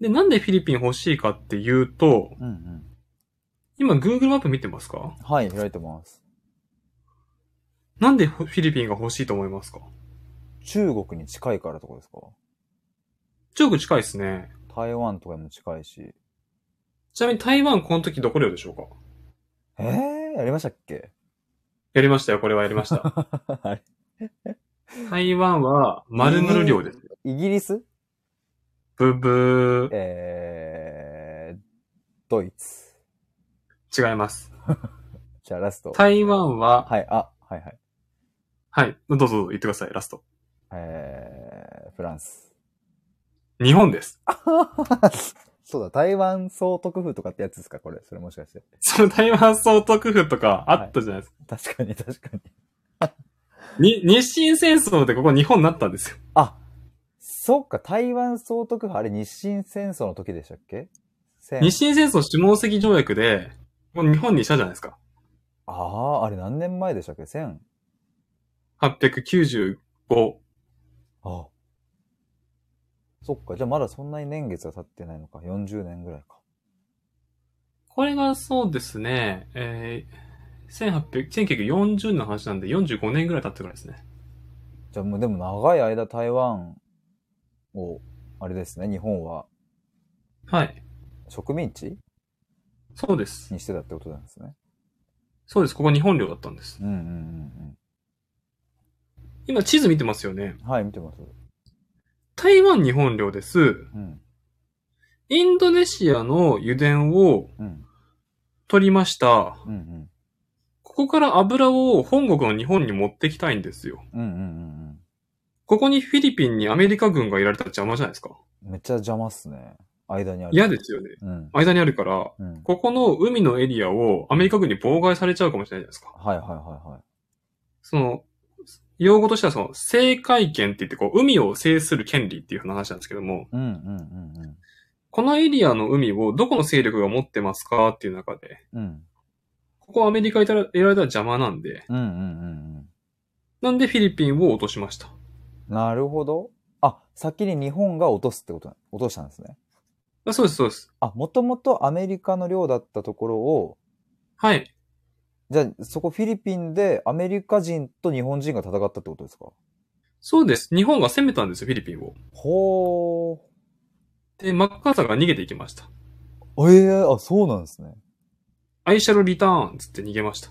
[SPEAKER 2] で、なんでフィリピン欲しいかっていうと、
[SPEAKER 1] うん。うん、うん。
[SPEAKER 2] 今 Google マップ見てますか
[SPEAKER 1] はい、開いてます。
[SPEAKER 2] なんでフィリピンが欲しいと思いますか
[SPEAKER 1] 中国に近いからとかですか
[SPEAKER 2] 中国近いですね。
[SPEAKER 1] 台湾とかにも近いし。
[SPEAKER 2] ちなみに台湾この時どこ領でしょうか
[SPEAKER 1] ええー、やりましたっけ
[SPEAKER 2] やりましたよ、これはやりました。 <laughs>
[SPEAKER 1] あれ
[SPEAKER 2] 台湾は丸々領です。
[SPEAKER 1] イギリス
[SPEAKER 2] ブブ
[SPEAKER 1] えー、ドイツ。
[SPEAKER 2] ー。違います。
[SPEAKER 1] じゃあラスト。
[SPEAKER 2] 台湾は、
[SPEAKER 1] はい、あ、はいはい。
[SPEAKER 2] はい、どうぞどうぞ言ってください、ラスト。
[SPEAKER 1] えー、フランス。
[SPEAKER 2] 日本です。
[SPEAKER 1] そうだ、台湾総督府とかってやつですかこれ、それもしかして。
[SPEAKER 2] その台湾総督府とかあったじゃないですか。
[SPEAKER 1] 確かに、確かに。
[SPEAKER 2] に、日清戦争でここ日本になったんですよ。
[SPEAKER 1] あ、そっか、台湾総督府、あれ日清戦争の時でしたっけ戦
[SPEAKER 2] 日清戦争下関条約で、この日本にしたじゃないですか。
[SPEAKER 1] ああ、あれ何年前でしたっけ ?1000?
[SPEAKER 2] 895。
[SPEAKER 1] あそっか、じゃあまだそんなに年月が経ってないのか。40年ぐらいか。
[SPEAKER 2] これがそうですね、えー、1800、1940の話なんで45年ぐらい経ってからいですね。
[SPEAKER 1] じゃあもうでも長い間台湾を、あれですね、日本は
[SPEAKER 2] はい。
[SPEAKER 1] 植民地
[SPEAKER 2] そうです。
[SPEAKER 1] にしてたってことなんですね。
[SPEAKER 2] そうです。ここ日本領だったんです。
[SPEAKER 1] うんうんうん
[SPEAKER 2] 今地図見てますよね。
[SPEAKER 1] うん。はい、見てます。
[SPEAKER 2] 台湾日本領です。
[SPEAKER 1] うん。
[SPEAKER 2] インドネシアの油田を
[SPEAKER 1] うん。
[SPEAKER 2] 取りました。
[SPEAKER 1] うんうん。
[SPEAKER 2] ここから油を本国の日本に持ってきたいんですよ。
[SPEAKER 1] うんうんうん
[SPEAKER 2] ここにフィリピンにアメリカ軍がいられたら邪魔じゃないですか。
[SPEAKER 1] うん。めっちゃ邪魔っすね。間にある。
[SPEAKER 2] 嫌ですよね。
[SPEAKER 1] うん。
[SPEAKER 2] 間にあるから、
[SPEAKER 1] うん。
[SPEAKER 2] ここの海のエリアをアメリカ軍に妨害されちゃうかもしれないじゃないですか。
[SPEAKER 1] はいはいはいはい。
[SPEAKER 2] その、用語としてはその、制海権って言ってこう、海を制する権利っていう話なんですけども、
[SPEAKER 1] うんうんうんうん。
[SPEAKER 2] このエリアの海をどこの勢力が持ってますかっていう中で、
[SPEAKER 1] うん。
[SPEAKER 2] ここアメリカにいたら、いられたら邪魔なんで、
[SPEAKER 1] うんうんうん
[SPEAKER 2] なんでフィリピンを落としました。
[SPEAKER 1] うん。なるほど。あ、先に日本が落とすってことな、落としたんですね。
[SPEAKER 2] あそうです、そうです。
[SPEAKER 1] あ、もともとアメリカの領だったところを、
[SPEAKER 2] はい。
[SPEAKER 1] じゃあそこフィリピンでアメリカ人と日本人が戦ったってことですか
[SPEAKER 2] そうです。日本が攻めたんですよ、フィリピンを。
[SPEAKER 1] ほー。
[SPEAKER 2] で、マッカーサーが逃げていきました。
[SPEAKER 1] ええあ、そうなんですね。
[SPEAKER 2] アイシャルリターンつって逃げました。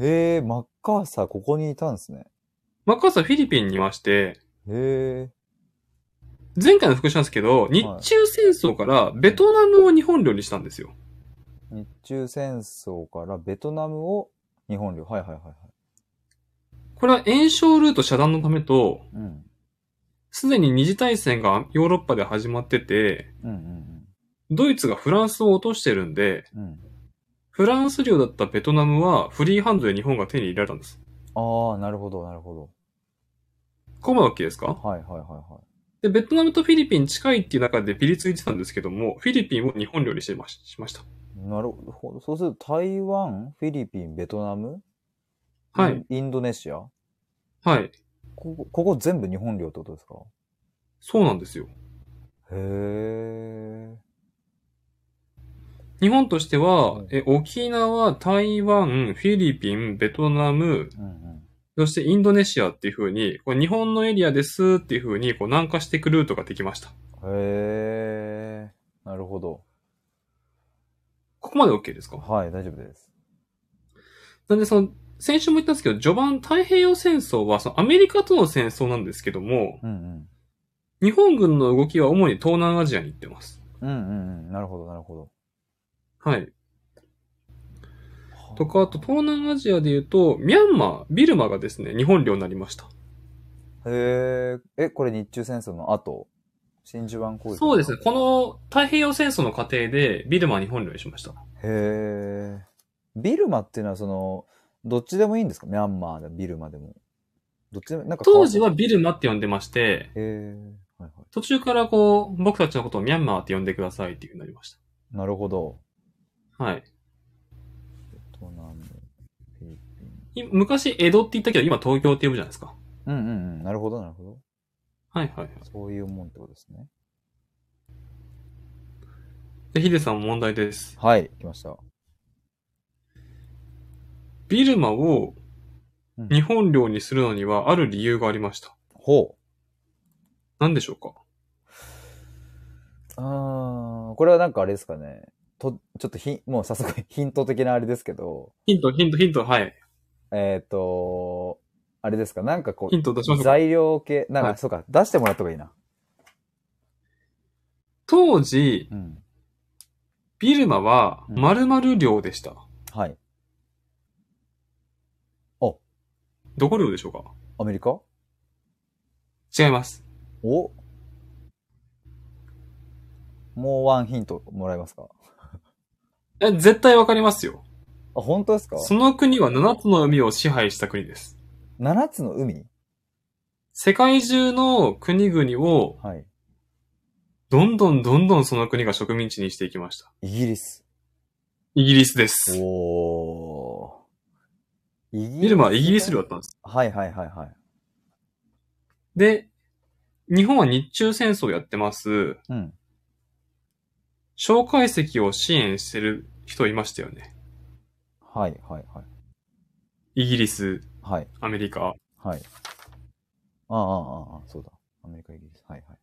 [SPEAKER 1] へえ、マッカーサーここにいたんですね。
[SPEAKER 2] マッカーサーフィリピンにいまして、
[SPEAKER 1] へえ。
[SPEAKER 2] 前回の復習なんですけど、日中戦争からベトナムを日本領にしたんですよ。
[SPEAKER 1] 日中戦争からベトナムを日本領。はいはいはいはい。
[SPEAKER 2] これは炎症ルート遮断のためと、
[SPEAKER 1] うん。
[SPEAKER 2] すでに二次大戦がヨーロッパで始まってて、
[SPEAKER 1] うんうん
[SPEAKER 2] ドイツがフランスを落としてるんで、
[SPEAKER 1] うん。うん。
[SPEAKER 2] フランス領だったベトナムはフリーハンドで日本が手に入れられたんです。
[SPEAKER 1] ああ、なるほどなるほ
[SPEAKER 2] ここまで OK ですか
[SPEAKER 1] ど。はいはいはいはい。
[SPEAKER 2] で、ベトナムとフィリピン近いっていう中でピリついてたんですけども、フィリピンを日本領にしてまししました。
[SPEAKER 1] なるほど。そうすると、台湾、フィリピン、ベトナム、
[SPEAKER 2] は
[SPEAKER 1] イ
[SPEAKER 2] い。
[SPEAKER 1] ン、インドネシア。こ
[SPEAKER 2] はい。
[SPEAKER 1] こ、ここ全部日本領ってことですか
[SPEAKER 2] そうなんですよ。
[SPEAKER 1] へえ。
[SPEAKER 2] 日本としては、
[SPEAKER 1] うん
[SPEAKER 2] え沖縄、台湾、フィリピン、ベトナム、
[SPEAKER 1] うんうん。
[SPEAKER 2] そしてインドネシアっていう風に、こう日本のエリアですっていう風に、こう南下していくルートができました。
[SPEAKER 1] へえ。なるほど。
[SPEAKER 2] ここまで OK ですか
[SPEAKER 1] はい、大丈夫です。
[SPEAKER 2] なんでその、先週も言ったんですけど、序盤太平洋戦争はそのアメリカとの戦争なんですけども、
[SPEAKER 1] うん
[SPEAKER 2] 日本軍の動きは主に東南アジアに行ってます。
[SPEAKER 1] うん。うんうんうん。なるほど、なるほど。
[SPEAKER 2] はい。とか、あと東南アジアで言うと、ミャンマー、ビルマがですね、日本領になりました。
[SPEAKER 1] へえ。え、これ日中戦争の後真珠湾攻撃
[SPEAKER 2] そうですね。こ。の太平洋戦争の過程で、ビルマは日本領にしました。
[SPEAKER 1] へえ。ビルマっていうのはその、どっちでもいいんですかミャンマーでもビルマでも。どっちでも、なんか変わ
[SPEAKER 2] 当
[SPEAKER 1] っ
[SPEAKER 2] 時はビルマって呼んでまして、
[SPEAKER 1] へえ。はいは
[SPEAKER 2] 途中からこう、僕たちのことをミャンマーって呼んでくださいっていう風になりまし
[SPEAKER 1] い。なるほど。
[SPEAKER 2] た。はい。
[SPEAKER 1] ベトナム、フィリピン。
[SPEAKER 2] い昔、江戸って言ったけど、今東京って呼ぶじゃないですか。
[SPEAKER 1] うんうんうん。なるほど、なるほど。
[SPEAKER 2] はいはいはい。
[SPEAKER 1] そういうもんってことですね。
[SPEAKER 2] で、ヒデさん問題です。
[SPEAKER 1] はい、来ました。
[SPEAKER 2] ビルマを
[SPEAKER 1] うん
[SPEAKER 2] 日本領にするのにはある理由がありました。
[SPEAKER 1] ほ
[SPEAKER 2] 何でしょうか
[SPEAKER 1] う。あー、これはなんかあれですかね。と、ちょっとひ、もう早速 <laughs> ヒント的なあれですけど、
[SPEAKER 2] ヒント、ヒント、ヒント、はい。
[SPEAKER 1] えっ、ー、と、あれですか、なんかこ
[SPEAKER 2] ヒント出しま
[SPEAKER 1] う、
[SPEAKER 2] しょうか。
[SPEAKER 1] 材料系、なんか、
[SPEAKER 2] はい
[SPEAKER 1] そうか、出してもらった方がいいな。
[SPEAKER 2] 当時
[SPEAKER 1] う、ん。
[SPEAKER 2] ビルマは
[SPEAKER 1] うん
[SPEAKER 2] 〇〇領でした。
[SPEAKER 1] はい。
[SPEAKER 2] どこ領でしょうか
[SPEAKER 1] アメリカ
[SPEAKER 2] 違います。
[SPEAKER 1] おもうワンヒントもらえますか
[SPEAKER 2] え、絶対わかりますよ。
[SPEAKER 1] あ、本当ですか
[SPEAKER 2] その国は7つの海を支配した国です。
[SPEAKER 1] ?7 つの海
[SPEAKER 2] 世界中の国々を、
[SPEAKER 1] はい。
[SPEAKER 2] どんどんどんどんその国が植民地にしていきました。
[SPEAKER 1] イギリス。
[SPEAKER 2] イギリスです。
[SPEAKER 1] おー。イギ
[SPEAKER 2] ビルマはイギリス領だったんです。
[SPEAKER 1] はいはいはいはい。
[SPEAKER 2] で、日本は日中戦争やってます。
[SPEAKER 1] うん。
[SPEAKER 2] 蒋介石を支援してる人いましたよね。
[SPEAKER 1] はいはいはい。
[SPEAKER 2] イギリス、
[SPEAKER 1] はい。
[SPEAKER 2] アメリカ。
[SPEAKER 1] はい。ああ、ああ、ああ、そうだ。アメリカ、イギリス。はいはい。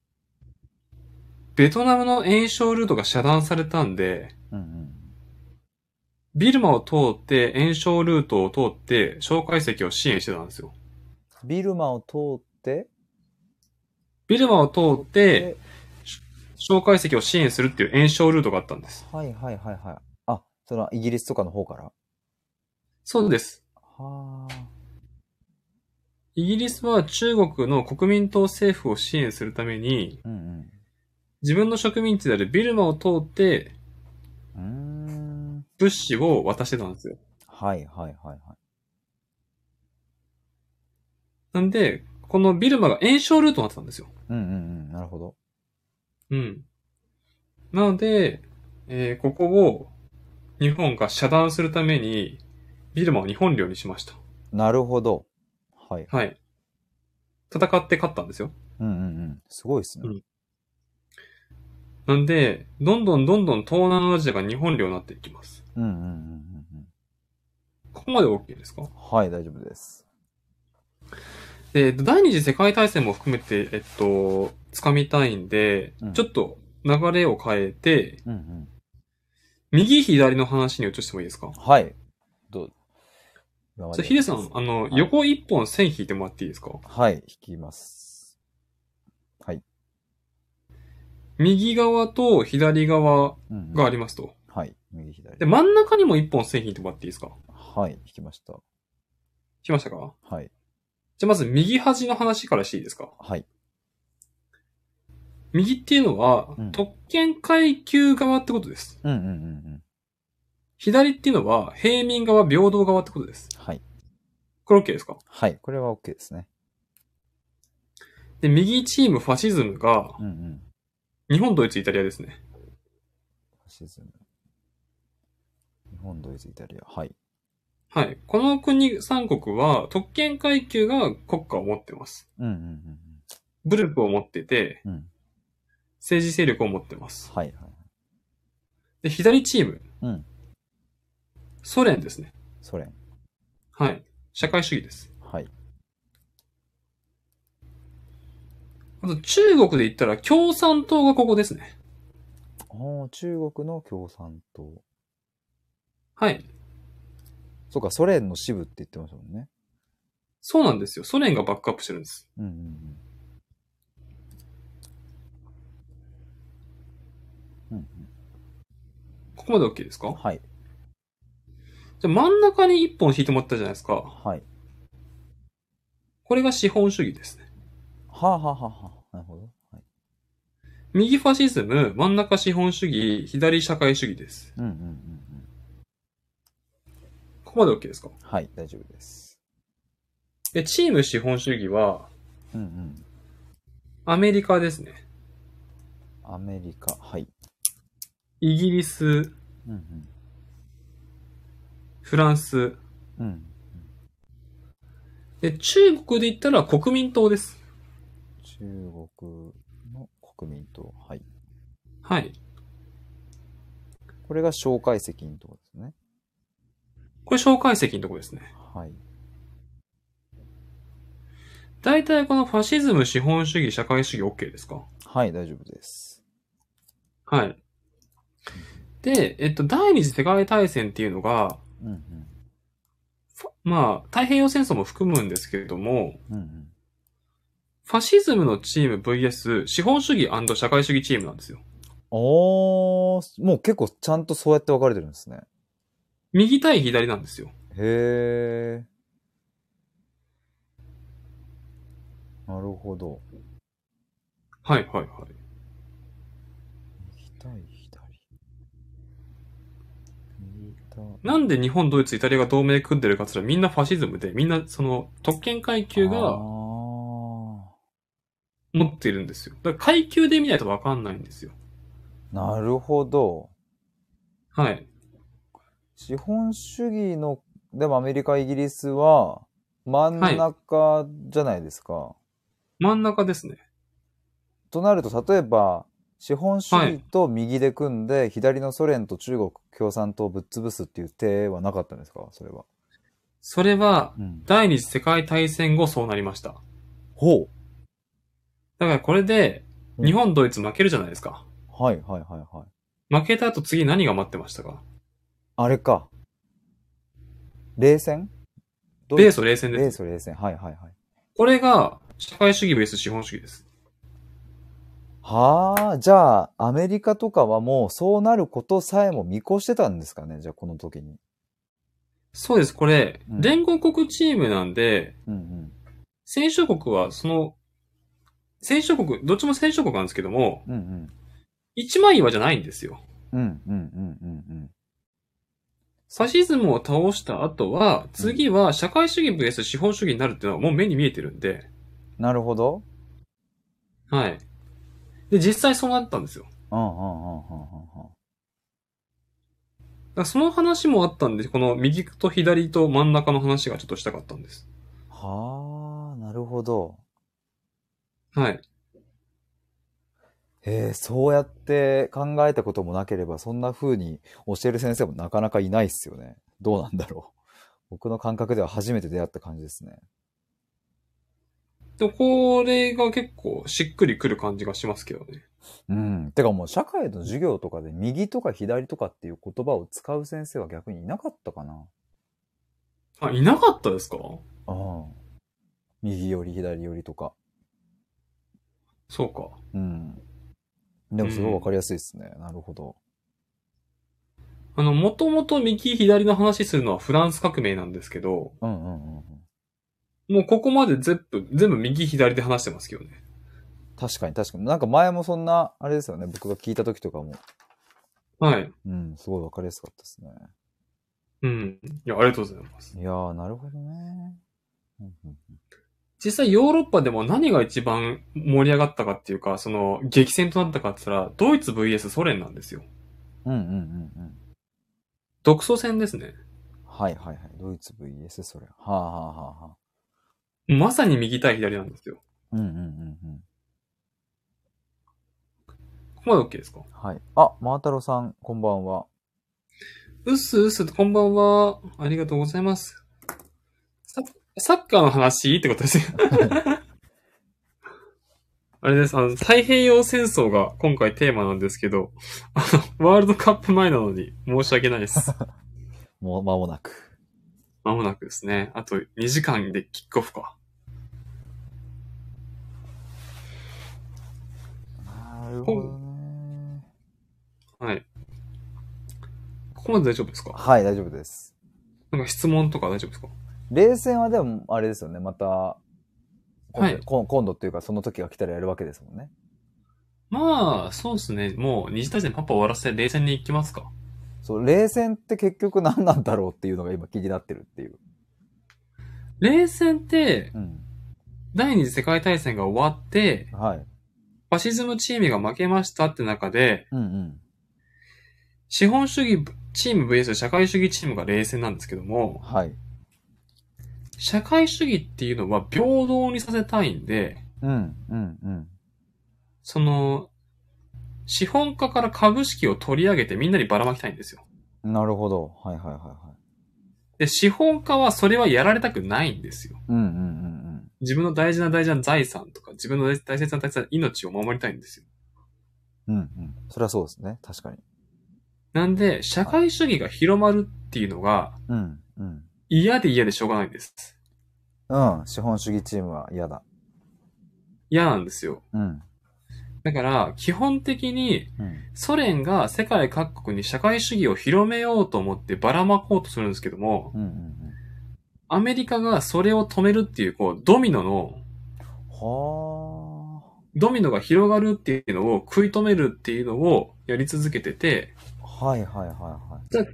[SPEAKER 2] ベトナムの炎症ルートが遮断されたんで、
[SPEAKER 1] うんうん。
[SPEAKER 2] ビルマを通って炎症ルートを通って蒋介石を支援してたんですよ。
[SPEAKER 1] ビルマを通って、
[SPEAKER 2] ビルマを通って、蒋介石を支援するっていう炎症ルートがあったんです。
[SPEAKER 1] はいはいはいはい。あ、そのイギリスとかの方から。は
[SPEAKER 2] そうです。
[SPEAKER 1] あ。
[SPEAKER 2] イギリスは中国の国民党政府を支援するために、
[SPEAKER 1] うん
[SPEAKER 2] 自分の植民地であるビルマを通って
[SPEAKER 1] うん。うーん。
[SPEAKER 2] 物資を渡してたんですよ。
[SPEAKER 1] はいはいはいはい。
[SPEAKER 2] なんで、このビルマが炎症ルートになってたんですよ。
[SPEAKER 1] うんうんうん。なるほど。
[SPEAKER 2] うん。なので、えーここを日本が遮断するために、ビルマを日本領にしました。
[SPEAKER 1] なるほど。はい。
[SPEAKER 2] はい。戦って勝ったんですよ。
[SPEAKER 1] うんうんうん。すごいですね。
[SPEAKER 2] なんで、どんどんどんどん東南アジアが日本領になっていきます。
[SPEAKER 1] うんうんうんうんうん。
[SPEAKER 2] ここまで OK ですか
[SPEAKER 1] はい、大丈夫です。
[SPEAKER 2] で、第二次世界大戦も含めて、えっと、掴みたいんで、
[SPEAKER 1] うん
[SPEAKER 2] ちょっと流れを変えて、
[SPEAKER 1] うんうん。
[SPEAKER 2] 右左の話に移してもいいですか
[SPEAKER 1] はい。どう今ま
[SPEAKER 2] じゃ
[SPEAKER 1] で
[SPEAKER 2] あヒデさん、あの、
[SPEAKER 1] はい
[SPEAKER 2] 横一本線引いてもらっていいですか
[SPEAKER 1] はい、引きます。
[SPEAKER 2] 右側と左側
[SPEAKER 1] うんうん
[SPEAKER 2] がありますと。
[SPEAKER 1] はい。右左。
[SPEAKER 2] で、真ん中にも一本線引いてもらっていいですか
[SPEAKER 1] はい。引きました。
[SPEAKER 2] 来ましたか
[SPEAKER 1] はい。
[SPEAKER 2] じゃあまず右端の話からしていいですか
[SPEAKER 1] はい。
[SPEAKER 2] 右っていうのは、
[SPEAKER 1] うん
[SPEAKER 2] 特権階級側ってことです。
[SPEAKER 1] うんうんうんうん。
[SPEAKER 2] 左っていうのは、平民側、平等側ってことです。
[SPEAKER 1] はい。
[SPEAKER 2] これ OK ですか
[SPEAKER 1] はい。これは OK ですね。
[SPEAKER 2] で、右チームファシズムが、
[SPEAKER 1] うんうん。
[SPEAKER 2] 日本、ドイツ、イタリアですね。
[SPEAKER 1] ファシズム。日本、ドイツ、イタリア。はい。
[SPEAKER 2] はい。この国、三国は、特権階級が国家を持ってます。
[SPEAKER 1] うんうん
[SPEAKER 2] 武力を持ってて、
[SPEAKER 1] うんうん。うん。
[SPEAKER 2] 政治勢力を持ってます。
[SPEAKER 1] はいはい。
[SPEAKER 2] で、左チーム。
[SPEAKER 1] うん
[SPEAKER 2] ソ連ですね。
[SPEAKER 1] ソ連。
[SPEAKER 2] はい。社会主義です。
[SPEAKER 1] はい。
[SPEAKER 2] あと、中国で言ったら、共産党がここですね。
[SPEAKER 1] ああ、中国の共産党。
[SPEAKER 2] はい。
[SPEAKER 1] そうか、ソ連の支部って言ってましたもんね。
[SPEAKER 2] そうなんですよ。ソ連がバックアップしてるんです。
[SPEAKER 1] うんうんうん。うん
[SPEAKER 2] ここまで OK です
[SPEAKER 1] うん、
[SPEAKER 2] か
[SPEAKER 1] はい、
[SPEAKER 2] じゃあ、真ん中に一本引いてもらったじゃないですか。
[SPEAKER 1] はい。
[SPEAKER 2] これが資本主義ですね。
[SPEAKER 1] はあ、はあはあはあ、なるほど。はい、
[SPEAKER 2] 右ファシズム、真ん中資本主義、左社会主義です。
[SPEAKER 1] うんうんうんうん。
[SPEAKER 2] ここまで OK ですか
[SPEAKER 1] はい、大丈夫です。
[SPEAKER 2] で、チーム資本主義は、
[SPEAKER 1] うんうん。
[SPEAKER 2] アメリカですね。
[SPEAKER 1] アメリカ、はい。
[SPEAKER 2] イギリス、
[SPEAKER 1] うんうん。
[SPEAKER 2] フランス。
[SPEAKER 1] うん。
[SPEAKER 2] で、中国で言ったら国民党です。
[SPEAKER 1] 中国の国民党、はい。
[SPEAKER 2] はい。
[SPEAKER 1] これが蒋介石のとこですね。
[SPEAKER 2] これ蒋介石のとこですね。
[SPEAKER 1] はい。
[SPEAKER 2] 大体このファシズム、資本主義、社会主義 OK ですか
[SPEAKER 1] はい、大丈夫です。
[SPEAKER 2] はい。で、えっと、第二次世界大戦っていうのが、
[SPEAKER 1] うんうん。
[SPEAKER 2] ファまあ、太平洋戦争も含むんですけれども、
[SPEAKER 1] うんうん。
[SPEAKER 2] ファシズムのチーム VS 資本主義社会主義チームなんですよ。
[SPEAKER 1] おー、もう結構ちゃんとそうやって分かれてるんですね。
[SPEAKER 2] 右対左なんですよ。
[SPEAKER 1] へー。なるほど。
[SPEAKER 2] はいはいはい。
[SPEAKER 1] 右対左。右対。
[SPEAKER 2] なんで日本、ドイツ、イタリアが同盟組んでるかって言ったらみんなファシズムで、みんなその特権階級
[SPEAKER 1] あ
[SPEAKER 2] が
[SPEAKER 1] ー
[SPEAKER 2] 持ってるんですよ。だから階級で見ないとわかんないんですよ。
[SPEAKER 1] なるほど。
[SPEAKER 2] はい。
[SPEAKER 1] 資本主義の、でもアメリカ、イギリスは真ん中じゃないですか。
[SPEAKER 2] 真ん中ですね。
[SPEAKER 1] となると、例えば、資本主義と右で組んで、左のソ連と中国共産党をぶっ潰すっていう手はなかったんですかそれは。
[SPEAKER 2] それは、
[SPEAKER 1] うん。
[SPEAKER 2] 第二次世界大戦後そうなりました。
[SPEAKER 1] ほ
[SPEAKER 2] だからこれで、
[SPEAKER 1] うん
[SPEAKER 2] 日本、ドイツ負けるじゃないですか。
[SPEAKER 1] う。はいはいはいはい。
[SPEAKER 2] 負けた後次何が待ってましたか
[SPEAKER 1] あれか。冷戦どう
[SPEAKER 2] 米ソ冷戦で
[SPEAKER 1] 米
[SPEAKER 2] す。
[SPEAKER 1] ソ冷戦。はいはいはい。
[SPEAKER 2] これが、社会主義ベース資本主義です。
[SPEAKER 1] はあ、じゃあ、アメリカとかはもうそうなることさえも見越してたんですかねじゃあ、この時に。
[SPEAKER 2] そうです。これ、
[SPEAKER 1] うん
[SPEAKER 2] 連合国チームなんで、
[SPEAKER 1] うんうん。
[SPEAKER 2] 戦勝国はその、戦勝国、どっちも戦勝国なんですけども、
[SPEAKER 1] うんうん。
[SPEAKER 2] 一枚岩じゃないんですよ。
[SPEAKER 1] うんうんうんうん
[SPEAKER 2] ファシズムを倒した後は、次は社会主義 VS 資本主義になるっていうのはもう目に見えてるんで、
[SPEAKER 1] うん。なるほど。
[SPEAKER 2] はい。で、実際そうなったんですよ。だ
[SPEAKER 1] う
[SPEAKER 2] か
[SPEAKER 1] んうんうんうんうんうん。
[SPEAKER 2] らその話もあったんで、この右と左と真ん中の話がちょっとしたかったんです。
[SPEAKER 1] はあ、なるほど。
[SPEAKER 2] はい。
[SPEAKER 1] へえ、そうやって考えたこともなければ、そんな風に教える先生もなかなかいないっすよね。どうなんだろう。僕の感覚では初めて出会った感じですね。
[SPEAKER 2] で、これが結構しっくりくる感じがしますけどね。
[SPEAKER 1] うん。てかもう社会の授業とかで右とか左とかっていう言葉を使う先生は逆にいなかったかな。
[SPEAKER 2] あ、いなかったですか
[SPEAKER 1] うん。右より左よりとか。
[SPEAKER 2] そうか。
[SPEAKER 1] うん。でもすごいわかりやすいですね。なるほど。
[SPEAKER 2] あの、もともと右左の話するのはフランス革命なんですけど、
[SPEAKER 1] うんうんうんうん。
[SPEAKER 2] もうここまで全部、全部右左で話してますけどね。
[SPEAKER 1] 確かに確かに。なんか前もそんな、あれですよね。僕が聞いた時とかも。
[SPEAKER 2] はい。
[SPEAKER 1] うん、すごいわかりやすかったですね。
[SPEAKER 2] うん。いや、ありがとうございます。
[SPEAKER 1] いやー、なるほどね。うんうん
[SPEAKER 2] 実際ヨーロッパでも何が一番盛り上がったかっていうか、その激戦となったかって言ったら、ドイツ VS ソ連なんですよ。
[SPEAKER 1] うんうんうんうん。
[SPEAKER 2] 独ソ戦ですね。
[SPEAKER 1] はいはいはい。ドイツ VS それ。はあはあはあはあ。
[SPEAKER 2] まさに右対左なんですよ。
[SPEAKER 1] うんうんうんうん。
[SPEAKER 2] ここまで OK ですか
[SPEAKER 1] はい。あ、マータロさん、こんばんは。
[SPEAKER 2] うっすうっす、こんばんは。ありがとうございます。サッサッカーの話ってことですね。あれです、あの、太平洋戦争が今回テーマなんですけど、あの、ワールドカップ前なのに申し訳ないです。
[SPEAKER 1] もう間もなく。
[SPEAKER 2] まもなくですね。あと2時間でキックオフか。
[SPEAKER 1] なるほどね。
[SPEAKER 2] はい。ここまで大丈夫ですか
[SPEAKER 1] はい、大丈夫です。
[SPEAKER 2] なんか質問とか大丈夫ですか
[SPEAKER 1] 冷戦はでも、あれですよね。また、今度、
[SPEAKER 2] はい
[SPEAKER 1] こん今度っていうか、その時が来たらやるわけですもんね。
[SPEAKER 2] まあ、そうですね。もう二次大戦パパ終わらせて冷戦に行きますか。
[SPEAKER 1] そう、冷戦って結局何なんだろうっていうのが今気になってるっていう。
[SPEAKER 2] 冷戦って、
[SPEAKER 1] うん。
[SPEAKER 2] 第二次世界大戦が終わって、
[SPEAKER 1] はい。
[SPEAKER 2] ファシズムチームが負けましたって中で、
[SPEAKER 1] うんうん。
[SPEAKER 2] 資本主義チーム VS 社会主義チームが冷戦なんですけども、
[SPEAKER 1] はい。
[SPEAKER 2] 社会主義っていうのは平等にさせたいんで、
[SPEAKER 1] うん、うん、うん。
[SPEAKER 2] その、資本家から株式を取り上げてみんなにばらまきたいんですよ。
[SPEAKER 1] なるほど。はいはいはいはい。
[SPEAKER 2] で、資本家はそれはやられたくないんですよ。
[SPEAKER 1] うんうんうん
[SPEAKER 2] 自分の大事な大事な財産とか、自分の大切な大切な命を守りたいんですよ。
[SPEAKER 1] うん。うんうん。そりゃそうですね。確かに。
[SPEAKER 2] なんで、社会主義が広まるっていうのが
[SPEAKER 1] うんうん。
[SPEAKER 2] 嫌で嫌でしょうがないんです。
[SPEAKER 1] うん。資本主義チームは嫌だ。
[SPEAKER 2] 嫌なんですよ。
[SPEAKER 1] うん。
[SPEAKER 2] だから、基本的に
[SPEAKER 1] うん。
[SPEAKER 2] ソ連が世界各国に社会主義を広めようと思ってばらまこうとするんですけども、
[SPEAKER 1] うんうんうん。
[SPEAKER 2] アメリカがそれを止めるっていう、こう、ドミノの、
[SPEAKER 1] は
[SPEAKER 2] ドミノが広がるっていうのを食い止めるっていうのをやり続けてて、
[SPEAKER 1] あ。はいはいはいはい。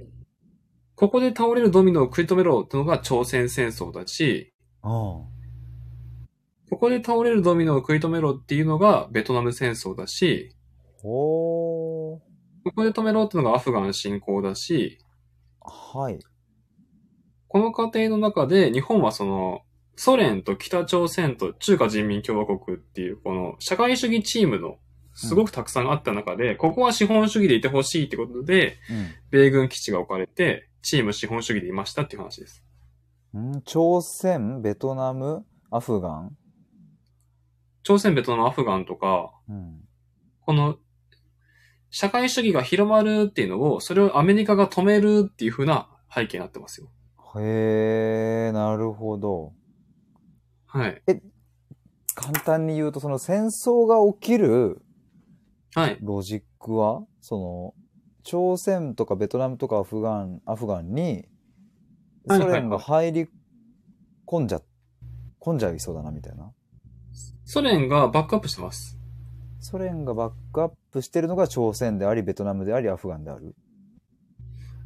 [SPEAKER 2] ここで倒れるドミノを食い止めろってのが朝鮮戦争だし、
[SPEAKER 1] うん。
[SPEAKER 2] ここで倒れるドミノを食い止めろっていうのがベトナム戦争だし、
[SPEAKER 1] ほー。
[SPEAKER 2] ここで止めろってのがアフガン侵攻だし、
[SPEAKER 1] はい。
[SPEAKER 2] この過程の中で日本はその、ソ連と北朝鮮と中華人民共和国っていうこの社会主義チームのすごくたくさんあった中で、ここは資本主義でいてほしいってことで、米軍基地が置かれて、チーム資本主義でいましたっていう話です。
[SPEAKER 1] うん。ん朝鮮、ベトナム、アフガン。
[SPEAKER 2] 朝鮮、ベトナム、アフガンとか、
[SPEAKER 1] うん。
[SPEAKER 2] この、社会主義が広まるっていうのを、それをアメリカが止めるっていう風な背景になってますよ。
[SPEAKER 1] へー、なるほど。
[SPEAKER 2] はい。
[SPEAKER 1] 簡単に言うと、その戦争が起きる
[SPEAKER 2] はい。
[SPEAKER 1] ロジックは、その、朝鮮とかベトナムとかアフガン、アフガンに、
[SPEAKER 2] はい
[SPEAKER 1] ソ連が入り込んじゃ、込んじゃいそうだな、みたいな。
[SPEAKER 2] ソ連がバックアップしてます。
[SPEAKER 1] ソ連がバックアップしてるのが朝鮮であり、ベトナムであり、アフガンである。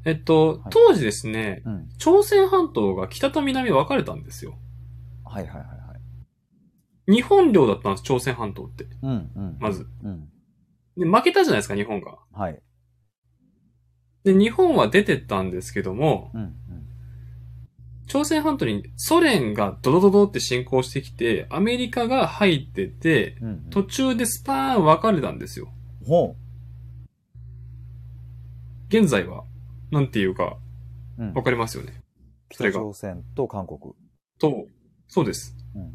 [SPEAKER 2] えっと
[SPEAKER 1] はい、
[SPEAKER 2] 当時ですね、
[SPEAKER 1] うん。
[SPEAKER 2] 朝鮮半島が北と南分かれたんですよ。
[SPEAKER 1] はいはいはいはい。
[SPEAKER 2] 日本領だったんです、朝鮮半島って。
[SPEAKER 1] うん、うん。
[SPEAKER 2] まず。
[SPEAKER 1] うん。
[SPEAKER 2] で、負けたじゃないですか、日本が。
[SPEAKER 1] はい。
[SPEAKER 2] で、日本は出てったんですけども、
[SPEAKER 1] うん、うん。
[SPEAKER 2] 朝鮮半島にソ連がドドドドって侵攻してきて、アメリカが入ってて、
[SPEAKER 1] うんうん
[SPEAKER 2] 途中でスパーン分かれたんですよ。
[SPEAKER 1] ほ
[SPEAKER 2] 現在は、なんていうか、
[SPEAKER 1] う。うん
[SPEAKER 2] わかりますよね。そ
[SPEAKER 1] 北
[SPEAKER 2] れが
[SPEAKER 1] 朝鮮と韓国。
[SPEAKER 2] と、そうです。
[SPEAKER 1] うんうん。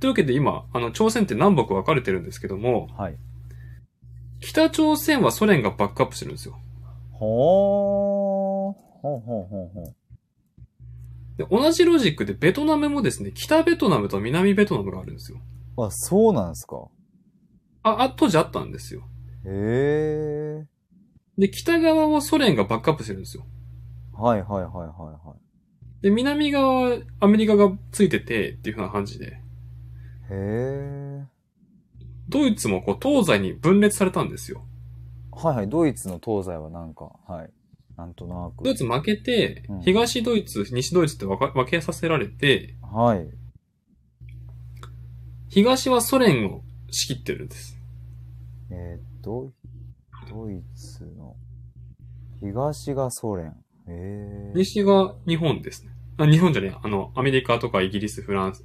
[SPEAKER 2] というわけで今、あの、朝鮮って南北分かれてるんですけども、
[SPEAKER 1] はい。
[SPEAKER 2] 北朝鮮はソ連がバックアップしてるんですよ。
[SPEAKER 1] ほー。ほうほうほうほう。
[SPEAKER 2] で、同じロジックでベトナムもですね、北ベトナムと南ベトナムがあるんですよ。
[SPEAKER 1] あ、そうなんですか。
[SPEAKER 2] あ、あ、当時あったんですよ。
[SPEAKER 1] へえ。
[SPEAKER 2] で、北側をソ連がバックアップしてるんですよ。
[SPEAKER 1] はいはいはいは
[SPEAKER 2] で、南側はアメリカがついてて、っていう風な感じで、
[SPEAKER 1] いはい。へえ。
[SPEAKER 2] ドイツもこう東西に分裂されたんですよ。
[SPEAKER 1] はいはい。ドイツの東西はなんか、はい。なんとなく。
[SPEAKER 2] ドイツ負けて
[SPEAKER 1] うん、
[SPEAKER 2] 東ドイツ、西ドイツって分か分けさせられて、
[SPEAKER 1] はい。
[SPEAKER 2] 東はソ連を仕切ってるんです。
[SPEAKER 1] えー、ドイドイツの、東がソ連。へえ。
[SPEAKER 2] 西が日本ですね。あ日本じゃねえ、あの、アメリカとかイギリス、フランス、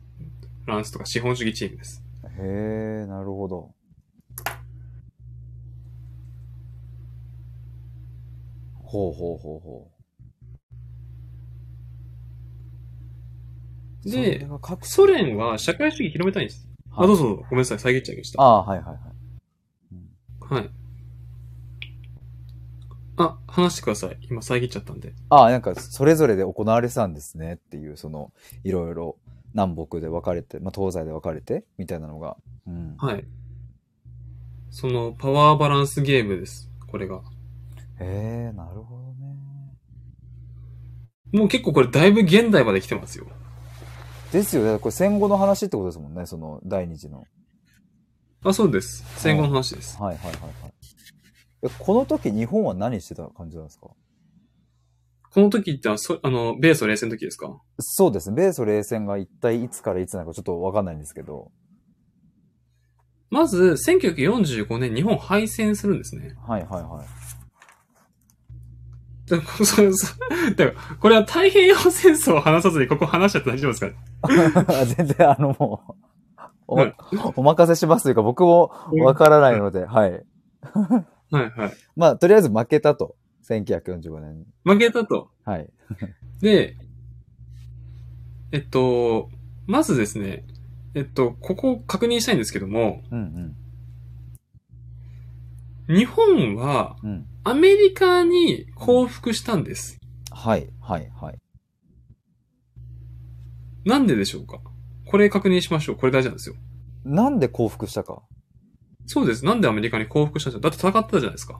[SPEAKER 2] フランスとか資本主義チームです。
[SPEAKER 1] へえ、なるほど。ほうほうほうほう。
[SPEAKER 2] で
[SPEAKER 1] それが各
[SPEAKER 2] ソ連は社会主義広めたいんです。
[SPEAKER 1] はい
[SPEAKER 2] あ、どうぞどうぞ、ごめんなさい、遮っちゃいました。
[SPEAKER 1] ああー、はいはいはい。
[SPEAKER 2] はい。あ、話してください。今遮っちゃったんで。
[SPEAKER 1] ああ、なんか、それぞれで行われてたんですねっていう、その、いろいろ、南北で分かれて、まあ、東西で分かれて、みたいなのが。うん。
[SPEAKER 2] はい。その、パワーバランスゲームです。これが。
[SPEAKER 1] へえ、なるほどね。
[SPEAKER 2] もう結構これだいぶ現代まで来てますよ。
[SPEAKER 1] ですよね。これ戦後の話ってことですもんね、その、第二次の。
[SPEAKER 2] あ、そうです。戦後の話です。
[SPEAKER 1] はいはいはいはい。えこの時、日本は何してた感じなんですか
[SPEAKER 2] この時ってあ、そあの、米ソ冷戦の時ですか
[SPEAKER 1] そうですね。米ソ冷戦が一体いつからいつなのかちょっと分かんないんですけど。
[SPEAKER 2] まず、1945年日本敗戦するんですね。
[SPEAKER 1] はいはいはい。
[SPEAKER 2] だから、そうそうだからこれは太平洋戦争を話さずにここ話しちゃって大丈夫ですか <laughs>
[SPEAKER 1] 全然、あの、もう、
[SPEAKER 2] はい
[SPEAKER 1] お、お任せしますというか、僕も分からないので、はい。
[SPEAKER 2] はいはい。
[SPEAKER 1] まあ、とりあえず負けたと。1945年に。
[SPEAKER 2] 負けたと。
[SPEAKER 1] はい。
[SPEAKER 2] で、えっと、まずですね、えっと、ここを確認したいんですけども、
[SPEAKER 1] うん
[SPEAKER 2] 日本は
[SPEAKER 1] うん。うん。
[SPEAKER 2] アメリカに降伏したんです。
[SPEAKER 1] はい、はい、はい。
[SPEAKER 2] なんででしょうかこれ確認しましょう。これ大事なんですよ。
[SPEAKER 1] なんで降伏したか。
[SPEAKER 2] そうです。なんでアメリカに降伏したんですかだって戦ってたじゃないですか。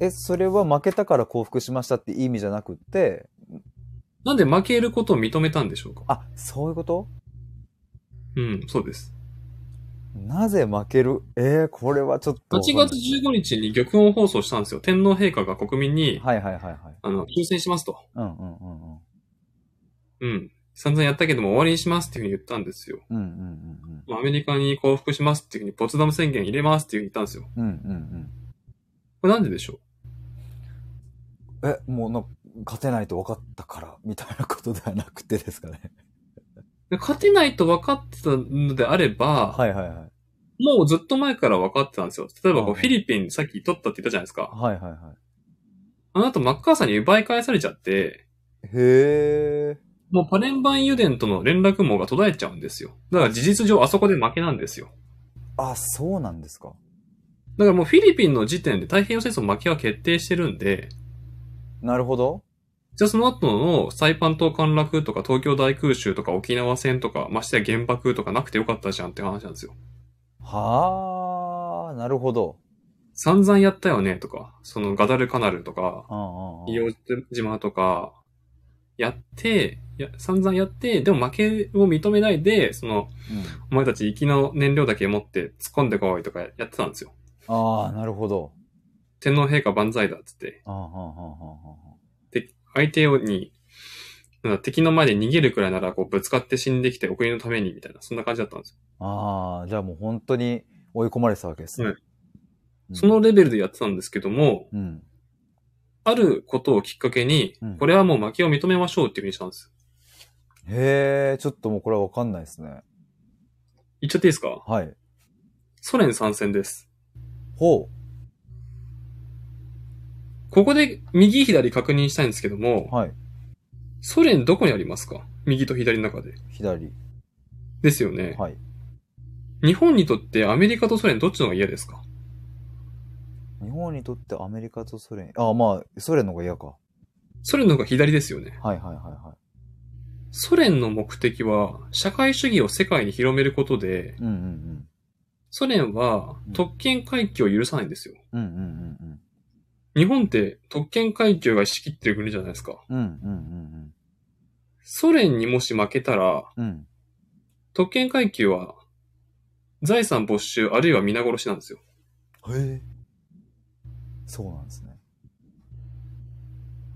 [SPEAKER 1] え、それは負けたから降伏しましたって意味じゃなくって、
[SPEAKER 2] なんで負けることを認めたんでしょうか
[SPEAKER 1] あ、そういうこと
[SPEAKER 2] うん、そうです。
[SPEAKER 1] なぜ負けるえー、これはちょっと
[SPEAKER 2] 8
[SPEAKER 1] わかんない。
[SPEAKER 2] 月15日に玉音放送したんですよ。天皇陛下が国民に、
[SPEAKER 1] はいはいはいはい。
[SPEAKER 2] あの、休戦しますと。
[SPEAKER 1] うんうんうんうん。
[SPEAKER 2] うん。散々やったけども終わりにしますっていうふうに言ったんですよ。
[SPEAKER 1] うんうんうん
[SPEAKER 2] アメリカに降伏しますっていうふうに、ポツダム宣言入れますっていうふうに言ったんですよ。
[SPEAKER 1] うん。うんうん
[SPEAKER 2] これなんででしょ
[SPEAKER 1] うん。え、もうな、勝てないと分かったから、みたいなことではなくてですかね。
[SPEAKER 2] うで勝てないと分かってたのであれば、
[SPEAKER 1] はいはいはい。
[SPEAKER 2] もうずっと前から分かってたんですよ。例えばこ
[SPEAKER 1] うん
[SPEAKER 2] うフィリピンさっき取ったって言ったじゃないですか。
[SPEAKER 1] はいはいは
[SPEAKER 2] あの後マッカーサーに奪い返されちゃって、
[SPEAKER 1] い。へえ。
[SPEAKER 2] もうパレンバイン油田との連絡網が途絶えちゃうんですよ。だから事実上あそこで負けなんですよ。
[SPEAKER 1] あ、そうなんですか。
[SPEAKER 2] だからもうフィリピンの時点で太平洋戦争負けは決定してるんで、
[SPEAKER 1] なるほど。
[SPEAKER 2] じゃあその後のサイパン島陥落とか東京大空襲とか沖縄戦とか、ましてや原爆とかなくてよかったじゃんって話なんですよ。
[SPEAKER 1] はあ、なるほど。
[SPEAKER 2] 散々やったよねとか、そのガダルカナルとか、
[SPEAKER 1] うんうんうん
[SPEAKER 2] 伊予島とか、やって、や、散々やって、でも負けを認めないで、その、
[SPEAKER 1] うん
[SPEAKER 2] お前たち粋の燃料だけ持って突っ込んでこいとかやってたんですよ。
[SPEAKER 1] ああ、なるほど。
[SPEAKER 2] 天皇陛下万歳だっつって。
[SPEAKER 1] ああ、はあ、はあ、は
[SPEAKER 2] で、相手に、なんだ敵の前で逃げるくらいなら、こう、ぶつかって死んできてお国のためにみたいな、そんな感じだったんですよ。
[SPEAKER 1] あはあ。ああ、じゃあもう本当に追い込まれてたわけですね。
[SPEAKER 2] はい
[SPEAKER 1] うん
[SPEAKER 2] その、レベルでやってたんですけども、
[SPEAKER 1] うん。
[SPEAKER 2] あることをきっかけに
[SPEAKER 1] うん、
[SPEAKER 2] これはもう負けを認めましょうっていうふうにしたんですよ。
[SPEAKER 1] へえ、ちょっともうこれはわかんないですね。
[SPEAKER 2] 言っちゃっていいですか
[SPEAKER 1] はい。
[SPEAKER 2] ソ連参戦です。
[SPEAKER 1] ほ
[SPEAKER 2] ここで右左確認したいんですけども
[SPEAKER 1] う。、はい。
[SPEAKER 2] ソ連どこにありますか右と左の中で。
[SPEAKER 1] 左。
[SPEAKER 2] ですよね。
[SPEAKER 1] はい。
[SPEAKER 2] 日本にとってアメリカとソ連どっちの方が嫌ですか
[SPEAKER 1] 日本にとってアメリカとソ連、ああ、まあ、ソ連の方が嫌か。
[SPEAKER 2] ソ連の方が左ですよね。
[SPEAKER 1] はいはいはいは
[SPEAKER 2] ソ連の目的は社会主義を世界に広めることで
[SPEAKER 1] い。うんうん
[SPEAKER 2] ソ連は
[SPEAKER 1] うん
[SPEAKER 2] 特権階級を許さないんですよ。
[SPEAKER 1] うんうんうん
[SPEAKER 2] 日本って特権階級が仕切ってる国じゃないですか。
[SPEAKER 1] うん。うんうん
[SPEAKER 2] ソ連にもし負けたら、
[SPEAKER 1] うんうん。うん。
[SPEAKER 2] 特権階級は財産没収あるいは皆殺しなんですよ。
[SPEAKER 1] へえ。そうなんですね。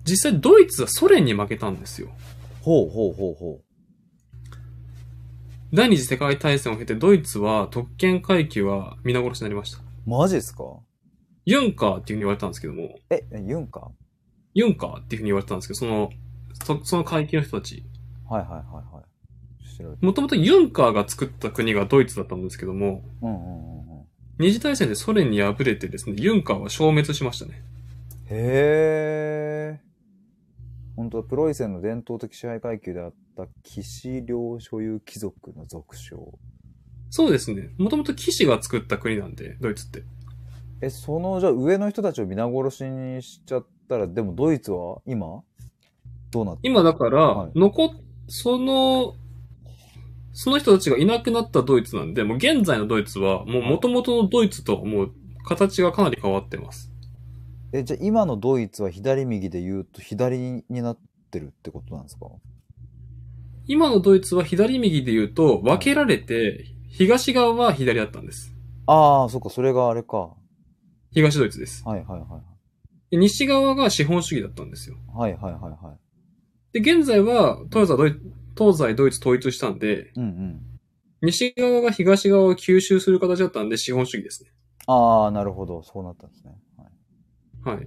[SPEAKER 2] 実際ドイツはソ連に負けたんですよ。
[SPEAKER 1] ほうほうほうほ
[SPEAKER 2] 第二次世界大戦を経てドイツは特権階級は皆殺しになりました。
[SPEAKER 1] う。マジっすか
[SPEAKER 2] ユンカーっていうふうに言われたんですけども、
[SPEAKER 1] え、ユンか
[SPEAKER 2] ユンカーっていうふうに言われてたんですけど、その、そその階級の人たち。
[SPEAKER 1] はいはいはいはい。白い。
[SPEAKER 2] もともとユンカーが作った国がドイツだったんですけども、
[SPEAKER 1] うんうんうんうん。
[SPEAKER 2] 二次大戦でソ連に敗れてですね、ユンカーは消滅しましたね。
[SPEAKER 1] へえ。本当だ、プロイセンの伝統的支配階級であった騎士領所有貴族の俗称。
[SPEAKER 2] そうですね。もともと騎士が作った国なんで、ドイツって。
[SPEAKER 1] え、その、じゃあ上の人たちを皆殺しにしちゃったら、でもドイツは今どうなって
[SPEAKER 2] 今だから、
[SPEAKER 1] はい
[SPEAKER 2] 残っ、その、その人たちがいなくなったドイツなんで、もう現在のドイツは、もう元々のドイツとはもう形がかなり変わってます。
[SPEAKER 1] え、じゃあ今のドイツは左右で言うと左になってるってことなんですか
[SPEAKER 2] 今のドイツは左右で言うと、分けられて、東側は左だったんです。
[SPEAKER 1] ああ、そっか、それがあれか。は
[SPEAKER 2] 東ドイツです。
[SPEAKER 1] いはいは
[SPEAKER 2] で西側が資本主義だったんですよ。
[SPEAKER 1] い。はいはいはいは
[SPEAKER 2] で、現在は東西ドイツ、東西ドイツ統一したん
[SPEAKER 1] い。
[SPEAKER 2] で、
[SPEAKER 1] うんうん。
[SPEAKER 2] 西側が東側を吸収する形だったんで資本主義ですね。
[SPEAKER 1] ああ、なるほど。そうなったんですね。はい、
[SPEAKER 2] はい。
[SPEAKER 1] へ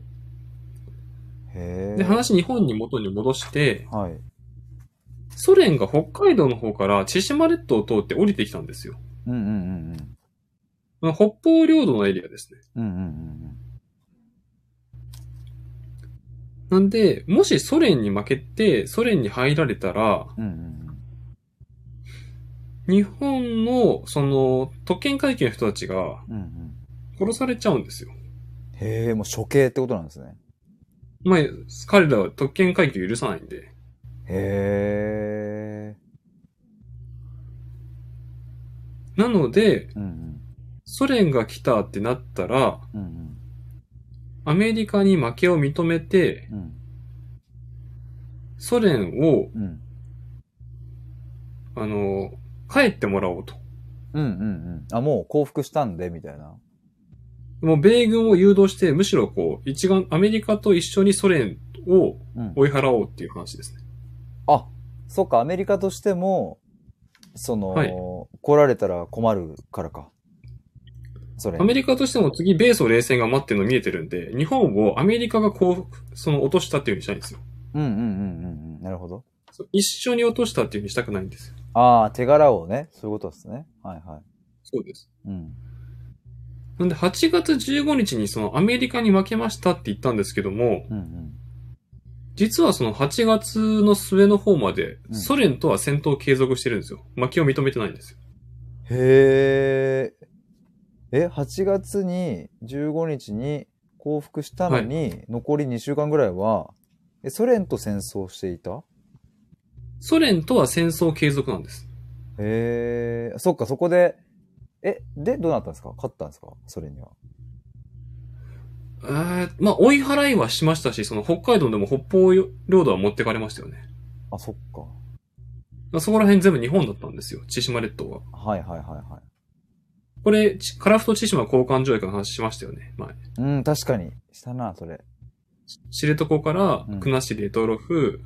[SPEAKER 1] え。
[SPEAKER 2] で、話日本に元に戻して、
[SPEAKER 1] はい。
[SPEAKER 2] ソ連が北海道の方から千島列島を通って降りてきたんですよ。
[SPEAKER 1] うんうんうんうん。
[SPEAKER 2] まあ北方領土のエリアですね。
[SPEAKER 1] うんうんうんうん。
[SPEAKER 2] なんで、もしソ連に負けて、ソ連に入られたら、
[SPEAKER 1] うんうん
[SPEAKER 2] 日本の、その、特権階級の人たちが
[SPEAKER 1] うんうんうん
[SPEAKER 2] 殺されちゃうんですよ。
[SPEAKER 1] へえ、もう処刑ってことなんですね。
[SPEAKER 2] まあ、彼らは特権階級許さないんで。
[SPEAKER 1] へえ。
[SPEAKER 2] なので、
[SPEAKER 1] うんうん
[SPEAKER 2] ソ連が来たってなったら、
[SPEAKER 1] うんうん
[SPEAKER 2] アメリカに負けを認めて、
[SPEAKER 1] うん
[SPEAKER 2] ソ連を、
[SPEAKER 1] うん
[SPEAKER 2] あの、帰ってもらおうと。
[SPEAKER 1] うんうんうん。あ、もう降伏したんで、みたいな。
[SPEAKER 2] もう米軍を誘導して、むしろこう、一丸、アメリカと一緒にソ連を
[SPEAKER 1] うん。
[SPEAKER 2] 追い払おうっていう話ですね。
[SPEAKER 1] あ、そっか、アメリカとしても、その、
[SPEAKER 2] はい
[SPEAKER 1] 来られたら困るからか。それ。
[SPEAKER 2] アメリカとしても次、米ソ冷戦が待ってるの見えてるんで、日本をアメリカがこう、その落としたっていうふうにしたいんですよ。
[SPEAKER 1] うんうんうんうんうん。なるほど。
[SPEAKER 2] そう一緒に落としたっていうふうにしたくないんですよ。
[SPEAKER 1] ああ、手柄をね、そういうことですね。はいは
[SPEAKER 2] そうです。
[SPEAKER 1] い。うん。
[SPEAKER 2] なんで、8月15日にそのアメリカに負けましたって言ったんですけども、
[SPEAKER 1] うんうん。
[SPEAKER 2] 実はその8月の末の方まで、
[SPEAKER 1] うん
[SPEAKER 2] ソ連とは戦闘を継続してるんですよ。負けを認めてないんですよ。
[SPEAKER 1] へえ。え、8月に、15日に降伏したのに、残り2週間ぐらいは、え、ソ連と戦争していた
[SPEAKER 2] ソ連とは戦争継続なんです。
[SPEAKER 1] へえ。そっか、そこで、え、で、どうなったんですか勝ったんですかソ連には。
[SPEAKER 2] えー、まあ、追い払いはしましたし、その北海道でも北方領土は持ってかれましたよね。
[SPEAKER 1] あ、そっか。
[SPEAKER 2] まあそこら辺全部日本だったんですよ。千島列島は。
[SPEAKER 1] はいはいはいは
[SPEAKER 2] これ、ち樺太千島交換条約の話しましたよね。前。
[SPEAKER 1] い。うん、確かに。したな、それ。
[SPEAKER 2] 知床から
[SPEAKER 1] うん、
[SPEAKER 2] 国後レトロフ、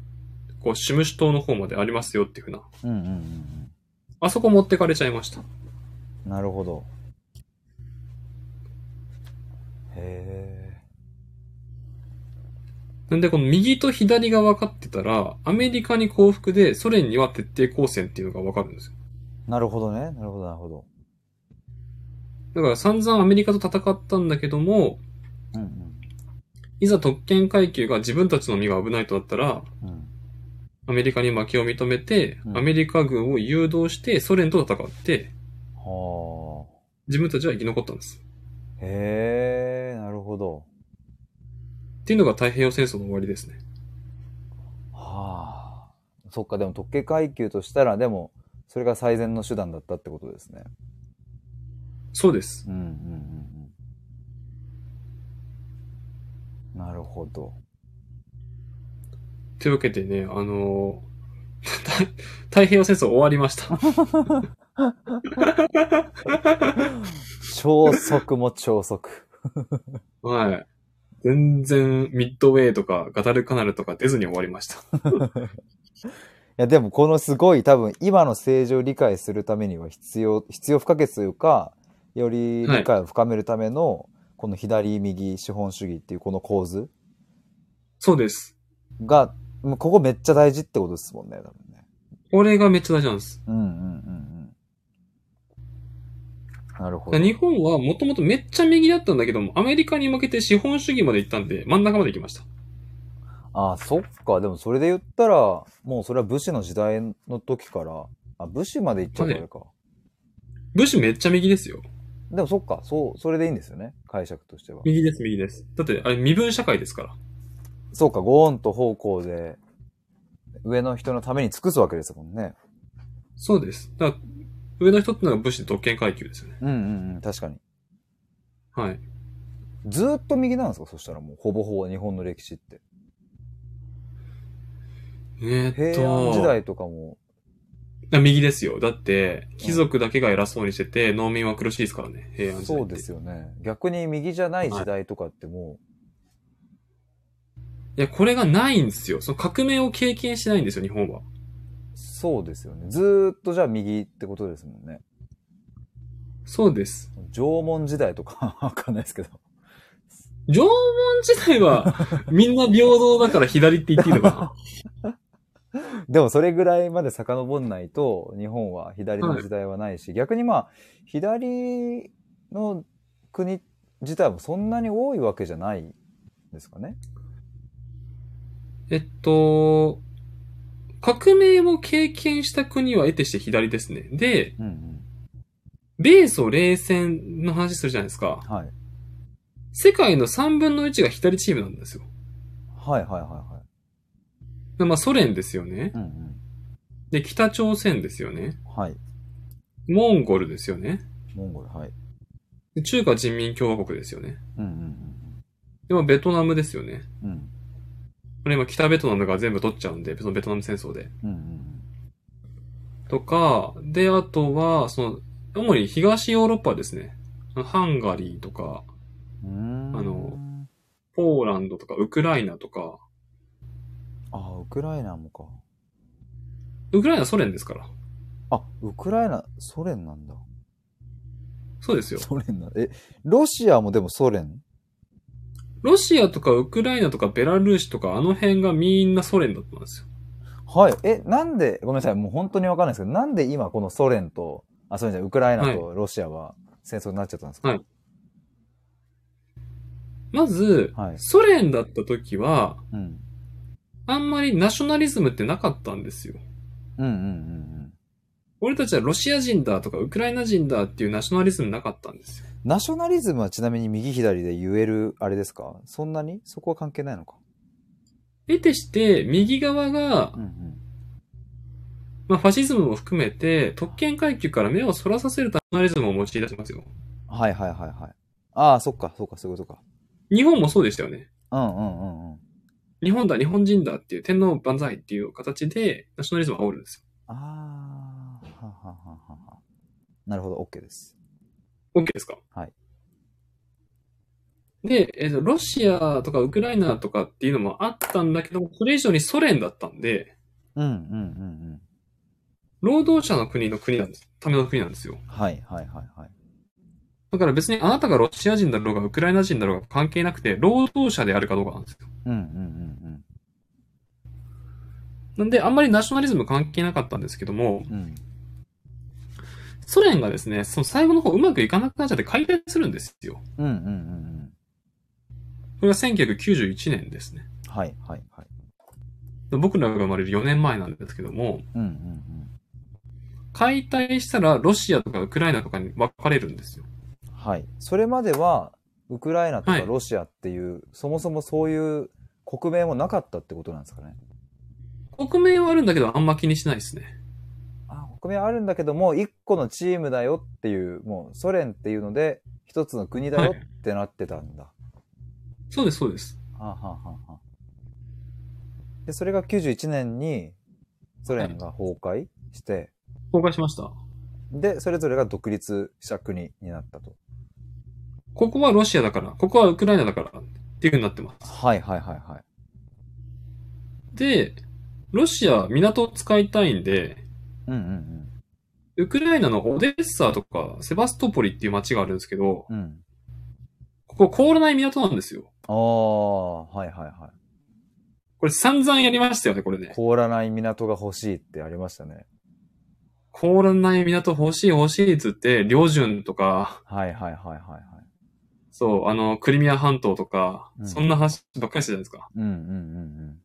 [SPEAKER 2] こう、シムシュ島の方までありますよっていうふうな。
[SPEAKER 1] うんうんうん
[SPEAKER 2] あそこ持ってかれちゃいました。
[SPEAKER 1] うん。なるほど。へ
[SPEAKER 2] なんで、この右と左が分かってたら、アメリカに降伏で、ソ連には徹底抗戦っていうのが分かるんですよ。
[SPEAKER 1] え。なるほどね。なるほど、なるほど。
[SPEAKER 2] だから散々アメリカと戦ったんだけども、
[SPEAKER 1] うんうん。
[SPEAKER 2] いざ特権階級が自分たちの身が危ないとなったら、
[SPEAKER 1] うん、
[SPEAKER 2] アメリカに負けを認めて
[SPEAKER 1] う、ん
[SPEAKER 2] アメリカ軍を誘導して、ソ連と戦って、
[SPEAKER 1] はあ。
[SPEAKER 2] 自分たちは生き残ったんです。
[SPEAKER 1] へえ、なるほど。
[SPEAKER 2] っていうのが太平洋戦争の終わりですね。
[SPEAKER 1] はあ。そっか、でも特権階級としたら、でも、それが最善の手段だったってことですね。
[SPEAKER 2] そうです。
[SPEAKER 1] うんうんうんうん。なるほど。
[SPEAKER 2] というわけでね、あのー <laughs> 太太平洋戦争終わりました。
[SPEAKER 1] 超速も超速。
[SPEAKER 2] はい。全然、ミッドウェイとか、ガタルカナルとか出ずに終わりました。
[SPEAKER 1] いや、でもこのすごい多分今の政治を理解するためには必要、必要不可欠というか、より理解を深めるための、この左右資本主義っていうこの構図
[SPEAKER 2] そうです。
[SPEAKER 1] が、もうここめっちゃ大事ってことですもんね、多分ね。
[SPEAKER 2] これがめっちゃ大事なんです。
[SPEAKER 1] うんうんうんうん。なるほど。
[SPEAKER 2] 日本はもともとめっちゃ右だったんだけども、アメリカに負けて資本主義まで行ったんで、真ん中まで行きました。
[SPEAKER 1] ああ、そっか。でもそれで言ったら、もうそれは武士の時代の時から、あ、武士まで行っちゃうからか。
[SPEAKER 2] ブッシュめっちゃ右ですよ。
[SPEAKER 1] でもそっか、そう、それでいいんですよね。解釈としては。
[SPEAKER 2] 右です、右です。だって、あれ、身分社会ですから。
[SPEAKER 1] そうか、ゴーンと方向で、上の人のために尽くすわけですもんね。
[SPEAKER 2] そうです。だから、上の人ってのがブッシュ特権階級ですよね。
[SPEAKER 1] うんうんうん、確かに。
[SPEAKER 2] はい。
[SPEAKER 1] ずーっと右なんですかそしたらもう、ほぼほぼ日本の歴史って。
[SPEAKER 2] えーっと、
[SPEAKER 1] 平安時代とかも、
[SPEAKER 2] あ右ですよ。だって、貴族だけが偉そうにしてて、農民は苦しいですからね、平安時代
[SPEAKER 1] そ
[SPEAKER 2] っ
[SPEAKER 1] う
[SPEAKER 2] て。
[SPEAKER 1] ですよね。逆に右じゃない時代とかっても
[SPEAKER 2] いや、これがないんですよ。その革命を経験してないんですよ、日本は。
[SPEAKER 1] う、そうですよね。ずーっとじゃあ右ってことですもんね。
[SPEAKER 2] そうです。
[SPEAKER 1] 縄文時代とか <laughs> わかんないですけど。
[SPEAKER 2] 縄文時代は、みんな平等だから左って言っていいのか
[SPEAKER 1] でもそれぐらいまで遡んないと、日本は左の時代はないし、逆にまあ、左の国自体もそんなに多いわけじゃないですかね。
[SPEAKER 2] なえっと、革命を経験した国は得てして左ですね。で、
[SPEAKER 1] うんうん。
[SPEAKER 2] 米ソ冷戦の話するじゃないですか。
[SPEAKER 1] はい。
[SPEAKER 2] 世界の3分の1が左チームなんですよ。
[SPEAKER 1] はいはいはいは
[SPEAKER 2] でまあ、ソ連ですよね
[SPEAKER 1] い。う。んうん。
[SPEAKER 2] で、北朝鮮ですよね。
[SPEAKER 1] はい。
[SPEAKER 2] モンゴルですよね。
[SPEAKER 1] モンゴル、はい。
[SPEAKER 2] で中華人民共和国ですよね。
[SPEAKER 1] うん
[SPEAKER 2] で、まあ、ベトナムですよね。
[SPEAKER 1] うんうん。うん。
[SPEAKER 2] これ今北ベトナムが全部取っちゃうんで、そのベトナム戦争で。
[SPEAKER 1] うんうん
[SPEAKER 2] とか、で、あとは、その、主に東ヨーロッパですね。ハンガリーとか、
[SPEAKER 1] うん。うーん
[SPEAKER 2] あの、ポーランドとか、ウクライナとか、
[SPEAKER 1] あ、ウクライナもか。
[SPEAKER 2] ウクライナはソ連ですから。
[SPEAKER 1] あ、ウクライナ、ソ連なんだ。
[SPEAKER 2] そうですよ。
[SPEAKER 1] ソ連なんだ。 <laughs> え、ロシアもでもソ連
[SPEAKER 2] ロシアとかウクライナとかベラルーシとか、あの辺がみんなソ連だったんですよ。
[SPEAKER 1] はい。え、なんで、ごめんなさい。もう本当にわかんないですけど、なんで今このソ連と、あ、そうじゃないウクライナとロシアは戦争になっちゃったんですか、
[SPEAKER 2] はいまず、
[SPEAKER 1] はい
[SPEAKER 2] ソ連だった時は、
[SPEAKER 1] うん。
[SPEAKER 2] あんまりナショナリズムってなかったんですよ。
[SPEAKER 1] うんうんうんうん。
[SPEAKER 2] 俺たちはロシア人だとかウクライナ人だっていうナショナリズムなかったんですよ。
[SPEAKER 1] ナショナリズムはちなみに右左で言える、あれですかそんなにそこは関係ないのか
[SPEAKER 2] 得てして、右側が
[SPEAKER 1] うん、うん。
[SPEAKER 2] まあ、ファシズムも含めて、特権階級から目をそらさせるナショナリズムを用い出しますよ。
[SPEAKER 1] はいはいはいはい。ああ、そっか、そっか、そういうことか。
[SPEAKER 2] 日本もそうでしたよね。
[SPEAKER 1] うんうんうんうん。
[SPEAKER 2] 日本だ、日本人だっていう、天皇万歳っていう形で、ナショナリズムを煽るんです
[SPEAKER 1] ああ、ははははは。なるほど、OK です。
[SPEAKER 2] よ。OK ですか
[SPEAKER 1] はい。
[SPEAKER 2] で、えっ、と、ロシアとかウクライナとかっていうのもあったんだけども、それ以上にソ連だったんで、
[SPEAKER 1] うんうんうん
[SPEAKER 2] 労働者の国の国なんです。ための国なんですよ
[SPEAKER 1] う。ん。はいはいはいはい。
[SPEAKER 2] だから別にあなたがロシア人だろうがウクライナ人だろうが関係なくて、労働者であるかどうかなんですよ。
[SPEAKER 1] うんうんうん
[SPEAKER 2] なんで、あんまりナショナリズム関係なかったんですけども、
[SPEAKER 1] うん。うん。
[SPEAKER 2] ソ連がですね、その最後の方うまくいかなくなっちゃって解体するんですよ。
[SPEAKER 1] うんうんうんうん。
[SPEAKER 2] これが1991年ですね。
[SPEAKER 1] はいはいはい。
[SPEAKER 2] 僕らが生まれる4年前なんですけども、
[SPEAKER 1] うんうんうん。
[SPEAKER 2] 解体したらロシアとかウクライナとかに分かれるんですよ。
[SPEAKER 1] はい。それまでは、ウクライナとか
[SPEAKER 2] はい
[SPEAKER 1] ロシアっていう、そもそもそういう国名もなかったってことなんですかね。
[SPEAKER 2] 国名はあるんだけどあんま気にしないですね。
[SPEAKER 1] あ、側面はあるんだけども、一個のチームだよっていう、もうソ連っていうので、一つの国だよ
[SPEAKER 2] はい
[SPEAKER 1] ってなってたんだ。
[SPEAKER 2] そうです、そうです。
[SPEAKER 1] はあ、はあはあはあ、で、それが91年にソ連が崩壊して、
[SPEAKER 2] 崩壊しました。
[SPEAKER 1] で、それぞれが独立した国になったと。
[SPEAKER 2] ここはロシアだから、ここはウクライナだからっていう風になってます。
[SPEAKER 1] はいはいはいはい。
[SPEAKER 2] で、ロシア、港を使いたいんで、
[SPEAKER 1] うんうん
[SPEAKER 2] ウクライナのオデッサとかセバストポリっていう街があるんですけど、
[SPEAKER 1] うん。うん。
[SPEAKER 2] ここ凍らない港なんですよ。
[SPEAKER 1] ああ、はいはいはい。
[SPEAKER 2] これ散々やりましたよね、これね。
[SPEAKER 1] 凍らない港が欲しいってありましたね。
[SPEAKER 2] 凍らない港欲しい欲しいっつって、領順とか、
[SPEAKER 1] はいはいはいはいはい。
[SPEAKER 2] そう、あの、クリミア半島とか、
[SPEAKER 1] うん
[SPEAKER 2] そんな話ばっかりしてたじゃないですか。
[SPEAKER 1] うんうんうん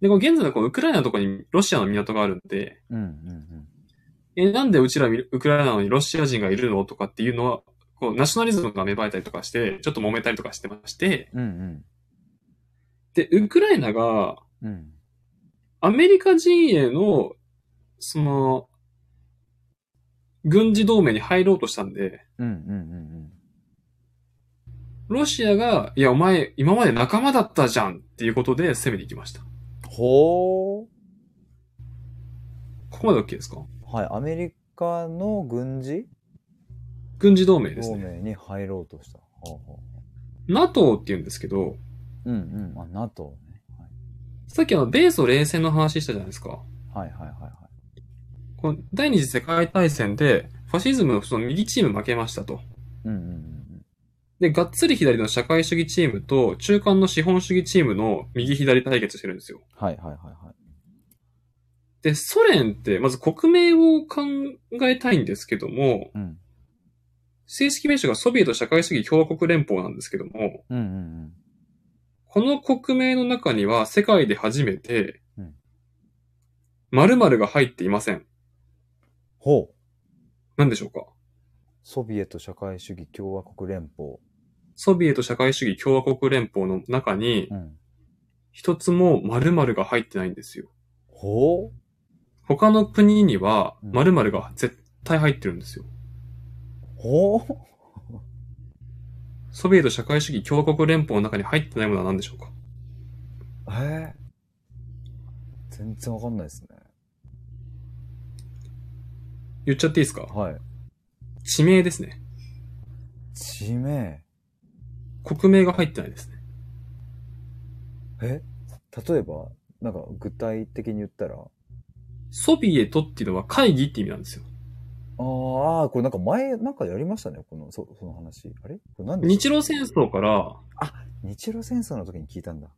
[SPEAKER 2] で、こう現在のこうウクライナのとこにロシアの港があるんで、
[SPEAKER 1] うん。うんうん
[SPEAKER 2] え、なんでうちらウクライナなのにロシア人がいるのとかっていうのは、こう、ナショナリズムが芽生えたりとかして、ちょっと揉めたりとかしてまして、
[SPEAKER 1] うん。うん
[SPEAKER 2] で、ウクライナが、
[SPEAKER 1] うん。うん。
[SPEAKER 2] アメリカ陣営の、その、軍事同盟に入ろうとしたんで、
[SPEAKER 1] うんうんうん
[SPEAKER 2] ロシアが、いや、お前、今まで仲間だったじゃんっていうことで攻めていきました。
[SPEAKER 1] うん。ほ
[SPEAKER 2] ここまで OK ですか
[SPEAKER 1] ー。はい、アメリカの軍事
[SPEAKER 2] 軍事同盟です
[SPEAKER 1] 同
[SPEAKER 2] ね。
[SPEAKER 1] 盟に入ろうとした。ほうほ
[SPEAKER 2] NATO って言うんですけど、
[SPEAKER 1] う。うんうん。あ、NATO ね。
[SPEAKER 2] さっきあの、米ソ冷戦の話したじゃないですか。
[SPEAKER 1] はいはいはいはいはい。
[SPEAKER 2] この第二次世界大戦で、ファシズムのその右チーム負けましたと。
[SPEAKER 1] うんうんうん
[SPEAKER 2] で、がっつり左の社会主義チームと、中間の資本主義チームの右左対決してるんですよ。
[SPEAKER 1] うん。はいはいはいはい。
[SPEAKER 2] で、ソ連って、まず国名を考えたいんですけども、
[SPEAKER 1] うん。
[SPEAKER 2] 正式名称がソビエト社会主義共和国連邦なんですけども、
[SPEAKER 1] うんうん
[SPEAKER 2] この国名の中には世界で初めて
[SPEAKER 1] うん、
[SPEAKER 2] 〇〇が入っていません。
[SPEAKER 1] ほう。
[SPEAKER 2] 何でしょうか
[SPEAKER 1] ソビエト社会主義共和国連邦。
[SPEAKER 2] ソビエト社会主義共和国連邦の中に
[SPEAKER 1] う、ん。
[SPEAKER 2] 一つも〇〇が入ってないんですよ。
[SPEAKER 1] ほう
[SPEAKER 2] 他の国には
[SPEAKER 1] うん
[SPEAKER 2] 〇〇が絶対入ってるんですよ。
[SPEAKER 1] ほう
[SPEAKER 2] ソビエト社会主義共和国連邦の中に入ってないものは何でしょうか
[SPEAKER 1] ええ全然わかんないですね。
[SPEAKER 2] 言っちゃっていいですか
[SPEAKER 1] はい。
[SPEAKER 2] 地名ですね。
[SPEAKER 1] 地名。
[SPEAKER 2] 国名が入ってないですね。
[SPEAKER 1] え例えば、なんか具体的に言ったら、あー
[SPEAKER 2] ソビエトっていうのは会議って意味なんですよ。
[SPEAKER 1] あー、これなんか前、なんかやりましたね、この、そその話。あれこれ何で
[SPEAKER 2] 日
[SPEAKER 1] 日
[SPEAKER 2] 露戦争から、
[SPEAKER 1] 日露戦争の時に聞いたんだ。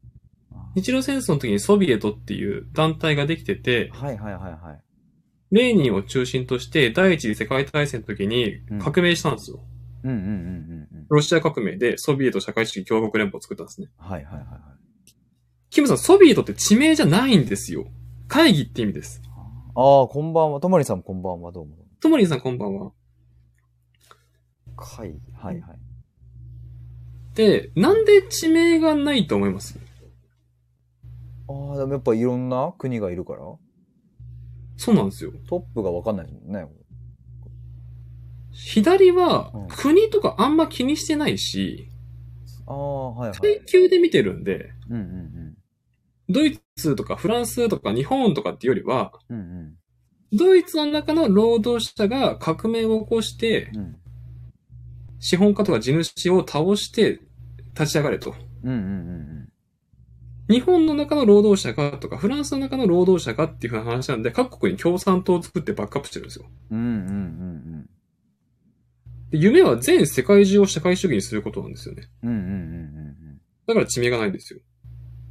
[SPEAKER 1] あー
[SPEAKER 2] 日露戦争の時にソビエトっていう団体ができてて、
[SPEAKER 1] はいはいはいはい。
[SPEAKER 2] レーニンを中心として第一次世界大戦の時に
[SPEAKER 1] うん
[SPEAKER 2] 革命したんですよ。
[SPEAKER 1] うんうんうんうんうん。
[SPEAKER 2] ロシア革命でソビエト社会主義共和国連邦を作ったんですね。
[SPEAKER 1] はいはいはいはい。
[SPEAKER 2] キムさん、ソビエトって地名じゃないんですよ。会議って意味です。
[SPEAKER 1] ああ、こんばんは。ともりさんこんばんは、どうも。
[SPEAKER 2] ともりんさんこんばんは。
[SPEAKER 1] 会議。はいはい。
[SPEAKER 2] で、なんで地名がないと思います
[SPEAKER 1] ああ、でもやっぱいろんな国がいるから、
[SPEAKER 2] そうなんですよ。
[SPEAKER 1] トップがわかんないですもんね。
[SPEAKER 2] 左は
[SPEAKER 1] うん
[SPEAKER 2] 国とかあんま気にしてないし、
[SPEAKER 1] ああ、はいはい。
[SPEAKER 2] 階級で見てるんで、
[SPEAKER 1] うんうん
[SPEAKER 2] ドイツとかフランスとか日本とかっていうよりは、
[SPEAKER 1] うん。うんうん。
[SPEAKER 2] ドイツの中の労働者が革命を起こして、
[SPEAKER 1] うん
[SPEAKER 2] 資本家とか地主を倒して立ち上がれと。
[SPEAKER 1] うんうんうん
[SPEAKER 2] 日本の中の労働者がとか、フランスの中の労働者がっていう風な話なんで、各国に共産党を作ってバックアップしてるんですよ。
[SPEAKER 1] うん。うんうんうん
[SPEAKER 2] で夢は全世界中を社会主義にすることなんですよね。
[SPEAKER 1] うん。うんうんうん
[SPEAKER 2] だから地名がないんですよ。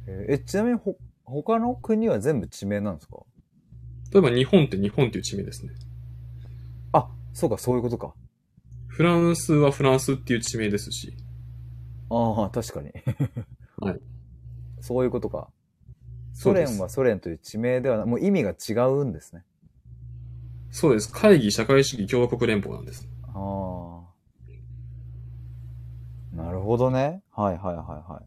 [SPEAKER 1] うんうん。えー、えちなみにほ、他の国は全部地名なんですか
[SPEAKER 2] 例えば日本って日本っていう地名ですね。
[SPEAKER 1] あ、そうか、そういうことか。
[SPEAKER 2] フランスはフランスっていう地名ですし。
[SPEAKER 1] ああ、確かに。
[SPEAKER 2] <laughs> はい。
[SPEAKER 1] そういうことか。
[SPEAKER 2] そ
[SPEAKER 1] ソ
[SPEAKER 2] うです
[SPEAKER 1] 連はソ連という地名ではなもう意味が違うんですね。
[SPEAKER 2] そうです。会議社会主義共和国連邦なんです。
[SPEAKER 1] ああ。なるほどね。はいはいはいはい。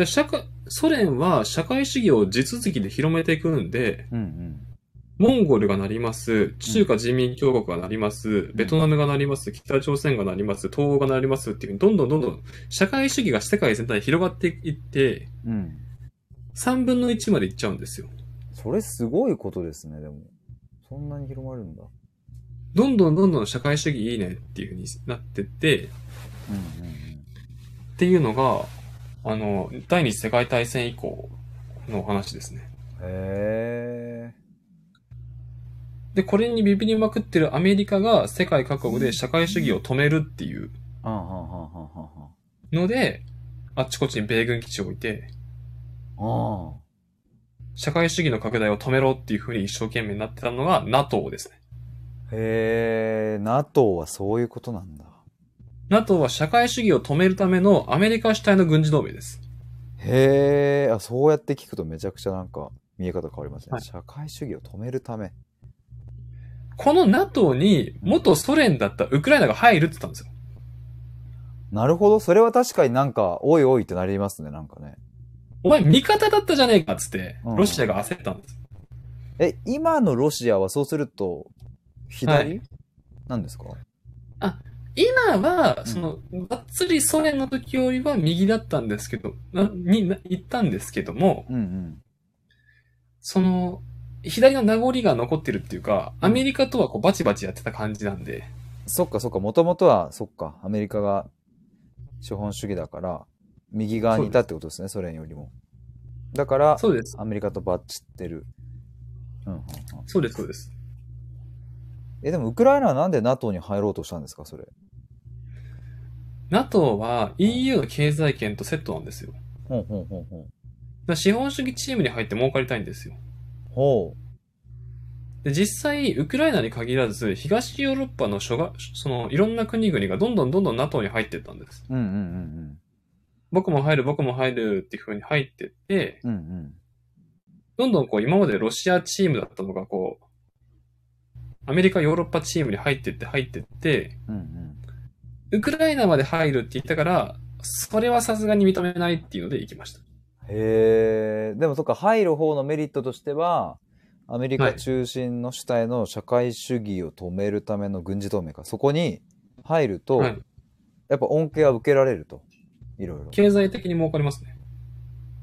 [SPEAKER 2] で、社会、ソ連は社会主義を地続きで広めていくんで、
[SPEAKER 1] うん
[SPEAKER 2] モンゴルがなります、中華人民共和国がなります、ベトナムがなります、北朝鮮がなります、東欧がなりますっていうふうに、どんどんどんどん社会主義が世界全体に広がっていって、
[SPEAKER 1] うん。
[SPEAKER 2] 3分の1までいっちゃうんですよ。
[SPEAKER 1] それすごいことですね、でも。そんなに広まるんだ。
[SPEAKER 2] どんどんどんどん社会主義いいねっていうふうになってって、
[SPEAKER 1] うんうん
[SPEAKER 2] っていうのが、あの、第二次世界大戦以降のお話ですね。
[SPEAKER 1] うん。へえ。
[SPEAKER 2] で、これにビビりまくってるアメリカが世界各国で社会主義を止めるっていう
[SPEAKER 1] あんはんはんはんはんはん。
[SPEAKER 2] ので、あっちこっちに米軍基地を置いて、
[SPEAKER 1] あ
[SPEAKER 2] 社会主義の拡大を止めろっていうふうに一生懸命になってたのが NATO ですね。
[SPEAKER 1] あ。へえ、NATO はそういうことなんだ。
[SPEAKER 2] NATO は社会主義を止めるためのアメリカ主体の軍事同盟です。
[SPEAKER 1] へえ、あ、そうやって聞くとめちゃくちゃなんか見え方変わりますね。
[SPEAKER 2] はい
[SPEAKER 1] 社会主義を止めるため。
[SPEAKER 2] この NATO に元ソ連だったウクライナが入るって言ったんですよ。
[SPEAKER 1] なるほど。それは確かになんか、おいおいってなりますね、なんかね。
[SPEAKER 2] お前味方だったじゃねえかっつって
[SPEAKER 1] うん、
[SPEAKER 2] ロシアが焦ったんです。
[SPEAKER 1] え、今のロシアはそうすると、左、
[SPEAKER 2] はい
[SPEAKER 1] なんですか
[SPEAKER 2] 今は、その、がっつりソ連の時よりは右だったんですけど、な、に、な行ったんですけども、
[SPEAKER 1] うんうん。
[SPEAKER 2] その、左の名残が残ってるっていうか、
[SPEAKER 1] うん
[SPEAKER 2] アメリカとはこうバチバチやってた感じなんで、
[SPEAKER 1] そっかそっか、もともとは、そっか、アメリカが資本主義だから、右側にいたってことですね、ソ連よりも。だから、
[SPEAKER 2] そうです。
[SPEAKER 1] アメリカとバッチってる。うんうんうん。
[SPEAKER 2] そうです、そうです。
[SPEAKER 1] え、でもウクライナはなんで NATO に入ろうとしたんですか、それ。
[SPEAKER 2] NATO は EU の経済圏とセットなんですよ。だか
[SPEAKER 1] ほうほうほうほう。
[SPEAKER 2] ら資本主義チームに入って儲かりたいんですよ。
[SPEAKER 1] ほ
[SPEAKER 2] で、実際、ウクライナに限らず、東ヨーロッパの諸が、その、いろんな国々がどんどんどんどん NATO に入ってったんです。
[SPEAKER 1] う。うんうんうん
[SPEAKER 2] 僕も入る、僕も入るっていう風に入ってって、
[SPEAKER 1] うん。うんうん。
[SPEAKER 2] どんどんこう今までロシアチームだったのがこう、アメリカ、ヨーロッパチームに入ってって入ってって、
[SPEAKER 1] うんうん。
[SPEAKER 2] ウクライナまで入るって言ったから、それはさすがに認めないっていうので行きました。
[SPEAKER 1] へえ。でもそっか、入る方のメリットとしては、アメリ
[SPEAKER 2] は
[SPEAKER 1] カ
[SPEAKER 2] い
[SPEAKER 1] 中心の主体の社会主義を止めるための軍事同盟か。そこに入ると、
[SPEAKER 2] はい
[SPEAKER 1] やっぱ恩恵は受けられると。いろいろ。
[SPEAKER 2] 経済的に儲かりますね。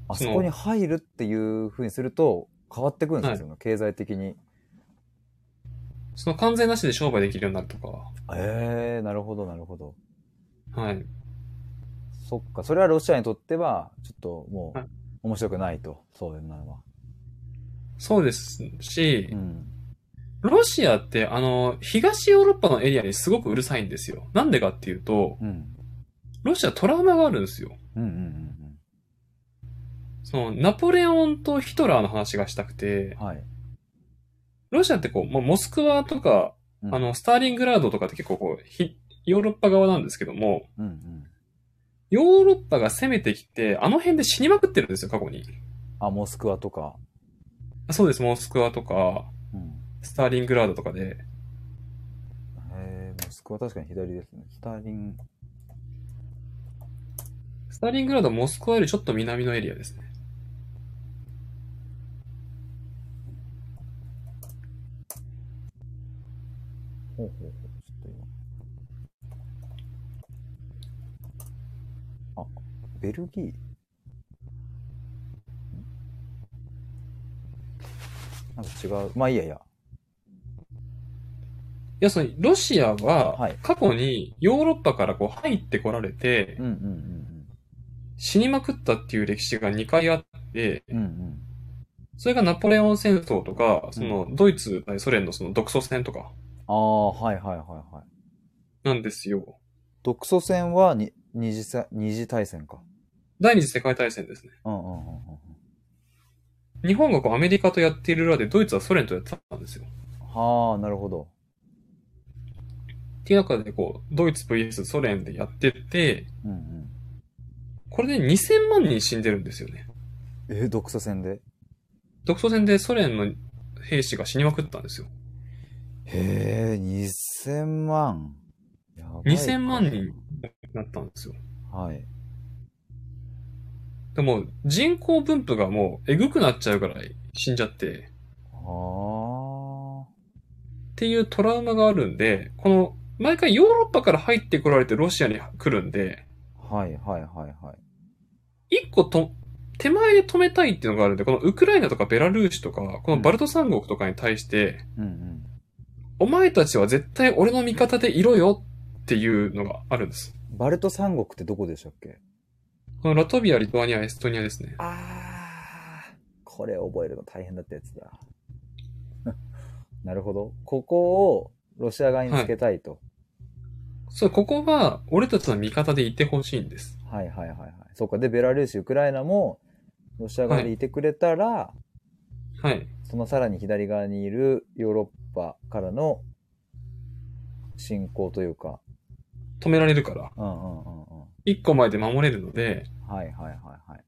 [SPEAKER 1] あそこに入るっていうふうにすると、変わってくるんですよ、ね経済的に。
[SPEAKER 2] その関税なしで商売できるようになるとか。
[SPEAKER 1] ええ、なるほど、なるほど。
[SPEAKER 2] はい。
[SPEAKER 1] そっか、それはロシアにとっては、ちょっとも、
[SPEAKER 2] はいう
[SPEAKER 1] 面白くないと。そういうのは。
[SPEAKER 2] そうですし
[SPEAKER 1] う、ん。
[SPEAKER 2] ロシアってあの、東ヨーロッパのエリアにすごくうるさいんですよ。なんでかっていうと、
[SPEAKER 1] うん。
[SPEAKER 2] ロシアトラウマがあるんですよ。
[SPEAKER 1] うんうんうん
[SPEAKER 2] その、ナポレオンとヒトラーの話がしたくて
[SPEAKER 1] うん。、はい。
[SPEAKER 2] ロシアってこう、もうモスクワとか、
[SPEAKER 1] うん
[SPEAKER 2] あ、の、スターリングラードとかって結構こう、ひヨーロッパ側なんですけども、
[SPEAKER 1] うんうん。
[SPEAKER 2] ヨーロッパが攻めてきて、あの辺で死にまくってるんですよ、過去に。
[SPEAKER 1] あ、モスクワとか。
[SPEAKER 2] そうです、モスクワとか、
[SPEAKER 1] うん。
[SPEAKER 2] スターリングラードとかで。
[SPEAKER 1] えー、モスクワ確かに左ですね。スターリン。
[SPEAKER 2] スターリングラードはモスクワよりちょっと南のエリアですね。
[SPEAKER 1] ほうほうほう。ちょっと今。あ、ベルギー。んなんか違う。まあいいやいや。
[SPEAKER 2] いや、その、ロシア
[SPEAKER 1] は、
[SPEAKER 2] はい過去にヨーロッパからこう入ってこられて
[SPEAKER 1] うん、うんうん
[SPEAKER 2] 死にまくったっていう歴史が2回あって、
[SPEAKER 1] うん。うんうん。
[SPEAKER 2] それがナポレオン戦争とか、その、ドイツ対ソ連のその独ソ戦とか、
[SPEAKER 1] ああ、はいはいはいはい。
[SPEAKER 2] なんですよ。
[SPEAKER 1] 独ソ戦はに二次さ二次大戦か。
[SPEAKER 2] 第二次世界大戦ですね。
[SPEAKER 1] うんうんうんうんうん。
[SPEAKER 2] 日本がこうアメリカとやっている裏でドイツはソ連とやってたんですよ。
[SPEAKER 1] はあ、なるほど。
[SPEAKER 2] っていう中でこう、ドイツ VS ソ連でやってて、
[SPEAKER 1] うんうん。
[SPEAKER 2] これで2000万人死んでるんですよね。
[SPEAKER 1] えー、独ソ戦で
[SPEAKER 2] 独ソ戦でソ連の兵士が死にまくったんですよ。
[SPEAKER 1] へえ、2000万。やばいか
[SPEAKER 2] 2000万人。なったんですよ。
[SPEAKER 1] はい。
[SPEAKER 2] でも人口分布がもうえぐくなっちゃうぐらい死んじゃって、
[SPEAKER 1] あ
[SPEAKER 2] っていうトラウマがあるんで、この、毎回ヨーロッパから入ってこられてロシアに来るんで、
[SPEAKER 1] はいはいはいはい。
[SPEAKER 2] 一個と、手前で止めたいっていうのがあるんで、このウクライナとかベラルーシとか、このバルト三国とかに対して、
[SPEAKER 1] うんうん。
[SPEAKER 2] お前たちは絶対俺の味方でいろよっていうのがあるんです。
[SPEAKER 1] バルト三国ってどこでしたっけ
[SPEAKER 2] このラトビア、リトアニア、エストニアですね。
[SPEAKER 1] あー、これ覚えるの大変だったやつだ。 <laughs> なるほど。ここをロシア側につけたいと。
[SPEAKER 2] そう、ここは俺たちの味方でいてほしいんです。
[SPEAKER 1] はい、はい、はいはいはいそうか。で、ベラルーシ、ウクライナもロシア側にいてくれたら、
[SPEAKER 2] はい。
[SPEAKER 1] そのさらに左側にいるヨーロッパからの侵攻というか。
[SPEAKER 2] 止められるから。
[SPEAKER 1] うんうんうんうん。
[SPEAKER 2] 一個前で守れるので、
[SPEAKER 1] はいはいはいはい。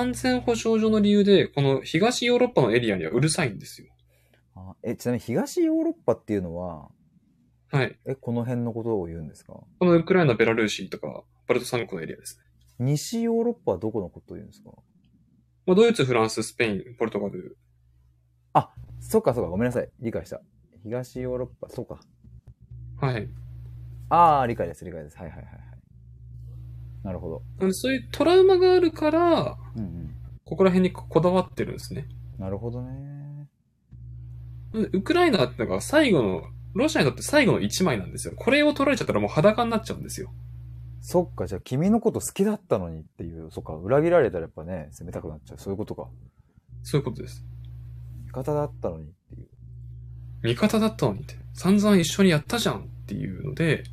[SPEAKER 2] 安全保障上の理由で、この東ヨーロッパのエリアにはうるさいんですよ。
[SPEAKER 1] あえ、ちなみに東ヨーロッパっていうのは、
[SPEAKER 2] はい。
[SPEAKER 1] え、この辺のことを言うんですか
[SPEAKER 2] このウクライナ、ベラルーシとか、バルト三国のエリアですね。
[SPEAKER 1] 西ヨーロッパはどこのことを言うんですか
[SPEAKER 2] まあ、ドイツ、フランス、スペイン、ポルトガル。
[SPEAKER 1] そっかそっか、ごめんなさい。理解した。東ヨーロッパ、そうか。
[SPEAKER 2] はい。
[SPEAKER 1] ああ、理解です、理解です。はいはいはい。はいなるほど。
[SPEAKER 2] あのそういうトラウマがあるから、
[SPEAKER 1] うんうん。
[SPEAKER 2] ここら辺にこだわってるんですね。
[SPEAKER 1] なるほどね。
[SPEAKER 2] なんでウクライナってのが最後の、ロシアにとって最後の一枚なんですよ。これを取られちゃったらもう裸になっちゃうんですよ。
[SPEAKER 1] そっか、じゃあ君のこと好きだったのにっていう、そっか、裏切られたらやっぱね、攻めたくなっちゃう。そういうことか。
[SPEAKER 2] そういうことです。
[SPEAKER 1] 味方だったのにっていう。
[SPEAKER 2] 味方だったのにって。散々一緒にやったじゃんっていうので、
[SPEAKER 1] へ